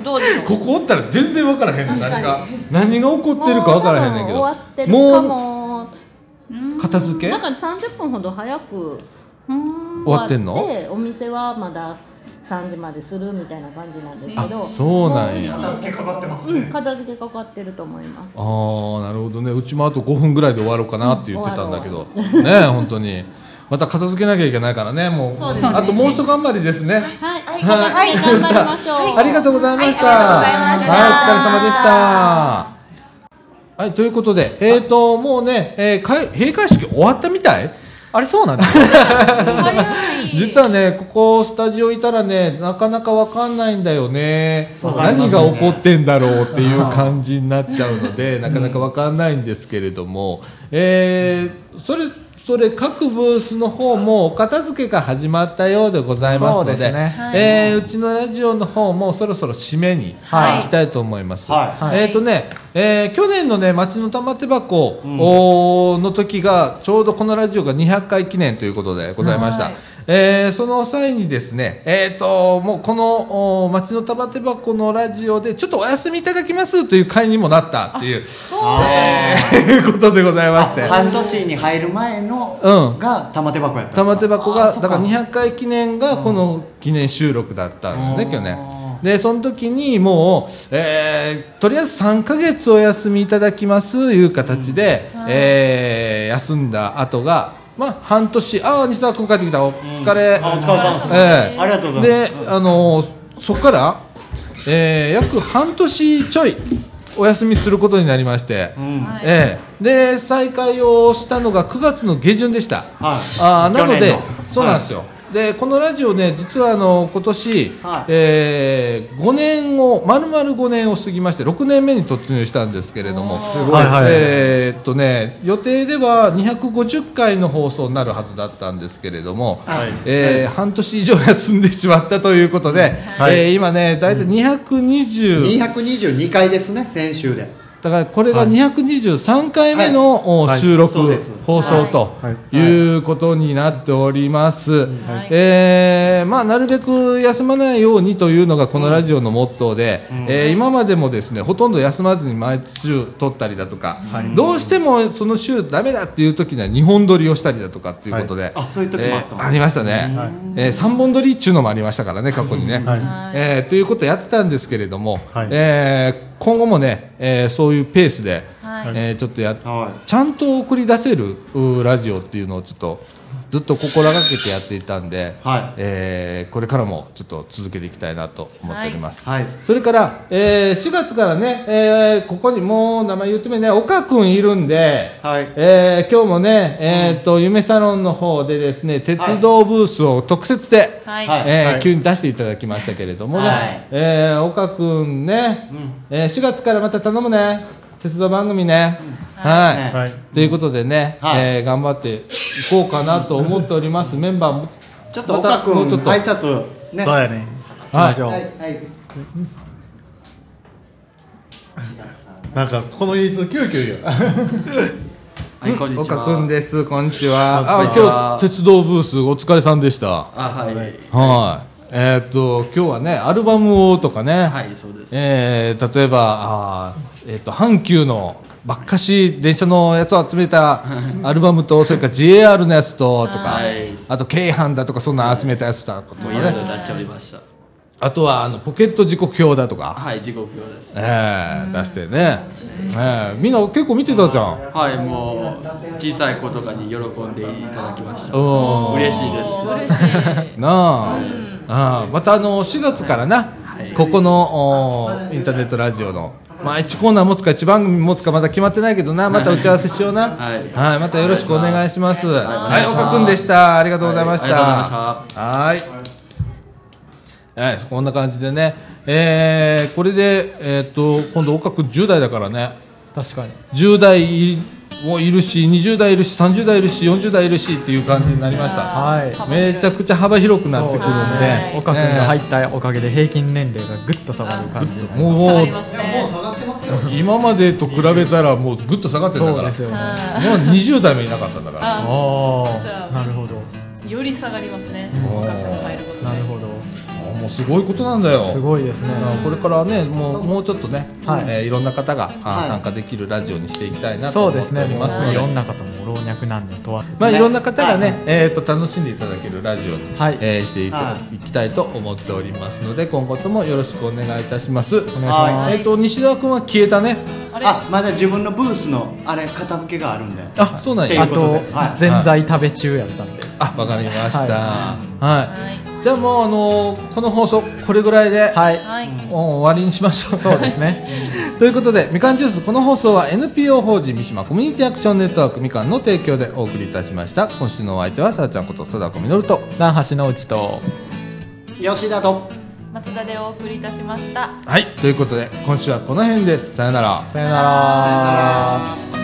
どうでしょう
ここおったら全然分からへんねん
確か
何
に
が何が起こってるか分からへんねんけど
もう多分終わってるか
も
も
う片付け
なんか30分ほど早く
終わってんの
終わってお店はまだ3時までするみたいな感じなんですけど
あそうなんや片
付けかかってますね、うん片付けかかってると思います
ああなるほどねうちもあと5分ぐらいで終わろうかなって言ってたんだけど、
うん終わろう
ねえ本当にまた片付けなきゃいけないからねもう
そうですね
あともう一頑張りですね
はい、はい、
はい
頑張りましょう、
ありがとうございました、
はいありがとうございました
はいお疲れ様でしたはいということでえっ、ー、ともうね、えー、かい閉会式終わったみたいあれそうなんです実はねここスタジオいたらねなかなかわかんないんだよね
わかりま
何
すね
が起こってんだろうっていう感じになっちゃうの でなかなかわかんないんですけれども、えーそれそれ各ブースの方もお片付けが始まったようでございますので
そうですねはい
えーうちのラジオの方もそろそろ締めに
はい
行きたいと思います、
はい
えっ、とね、えー去年のね町の玉手箱、おーの時がちょうどこのラジオが200回記念ということでございました、
はい
えーその際にですね、えー、ともうこのお町の玉手箱のラジオでちょっとお休みいただきますという回にもなったっていうえーことでございまして
半年に入る前の
うん
が玉手箱やった
玉手箱がだから200回記念がこの記念収録だったんだね去年でその時にもう、えーとりあえず3か月お休みいただきますいう形で、えー休んだ後がまあ半年ああ西澤君帰ってきたお疲れ、
あお疲れ様です
ええ
ありがとうございます
であのーそこから、えー約半年ちょいお休みすることになりまして、ええで再開をしたのが9月の下旬でした、ああなの
去年
で
の
そうなんですよ、でこのラジオね実はあの今年、えー、5年を丸々5年を過ぎまして6年目に突入したんですけれどもす
ごいはいはい
えーっとね予定では250回の放送になるはずだったんですけれども、
はい
えー
はい
半年以上休んでしまったということで、
はい
えー今ね大体220、
222回ですね先週で
だからこれが223回目のお
はい
収録、
そうです
放送ということになっております、えーまあ、なるべく休まないようにというのがこのラジオのモットーで、えー今までもですねほとんど休まずに毎週撮ったりだとか、どうしてもその週ダメだっていう時には2本撮りをしたりだとかっていうことで、
あそういう時もあった
えーありましたね、え3本撮りっちゅうのもありましたからね過去にね、えーということやってたんですけれども、えー今後もね、えーそういうペースで、
はい
えーちょっとや、ちゃんと送り出せるうーラジオっていうのをちょっとずっと心がけてやっていたんで、えーこれからもちょっと続けていきたいなと思っております、それから、えー4月からね、えーここにもう名前言ってみるね岡君いるんで、えー今日もね、えーと夢サロンの方でですね鉄道ブースを特設で、
はい
えー
はい
急に出していただきましたけれどもね、
はい
えー岡君ね、えー4月からまた頼むね鉄道番組ね、はい、
はい
ということでね、えー頑張っていこうかなと思っております、メンバーも
ちょっと岡君
もうちょっと
挨拶ねそうやね
しましょう
はいはい
なんかこの技術急遽言う
はい
こんにちは
岡君ですこんにちは
こ
あ
んにちは
今日鉄道ブースお疲れさんでした
あはい
はい。えーっと今日はねアルバムをとかね。
はいそうです
えー例えばあーえーっと阪急のばっかし電車のやつを集めた アルバムとそれから JR のやつととか、
はい
あと京阪だとかそんなの集めたやつだとか
もういろいろ
ね。
出しておりました
あとはあのポケット時刻表だとか。
はい時刻表です
えー出してね。えーみんな結構見てたじゃん。
はいもう小さい子とかに喜んでいただきました
おー
嬉しいです
なあ、ああまたあの4月からな、ここのおインターネットラジオの、まあ、1コーナー持つか1番組持つかまだ決まってないけどなまた打ち合わせしようなはい、またよろしくお願いしますはい
お願いします
岡君でしたありがとうございました、
はいありがとう
はいはいこんな感じでねえーこれで、えー、と今度岡君10代だからね
確かに
10代もいるし20代いるし30代いるし40代いるしっていう感じになりました、めちゃくちゃ幅広くなってくるんで
岡君が入ったおかげで平均年齢がぐっと下がる感じになります
もう
もう下がってますよ
今までと比べたらもうぐっと下がってるんだから
そうですよね
もう20代もいなかったんだから
あ
あ
じゃあ
あなるほど
より下がりますね
うん
若く入ることで
なるほど
あもうすごいことなんだよ
すごいですね
これからねもうもうちょっとね、
は
い
い
えーいろんな方が、あ
はい
参加できるラジオにしていきたいなと
そう
思
で
っ
す
てお
ね
り
も
ますの
うい
で
ろんな方も老若男女問わず
まあ、いろんな方がね、えー、と楽しんでいただけるラジオに、
はい
えーしていた、、
はい
きたいと思っておりますので今後ともよろしくお願いいたしますお願いし
ますはい
えー、と西澤君は消えたね
あまだ自分のブースのあれ片付けがあるんで
あそうなんや
ということで
あと全在食べ中やったんで
あわかりました
はい
はい、じゃあもう、あのーこの放送これぐらいで、
はい
もう終わりにしましょうそうです
ね
ということでみかんジュースこの放送は NPO 法人三島コミュニティアクションネットワークみかんの提供でお送りいたしました今週のお相手はさあちゃんこと貞子みのると
南橋のうちと
吉田と
松田でお送りいたしました
はいということで今週はこの辺ですさよなら
さよなら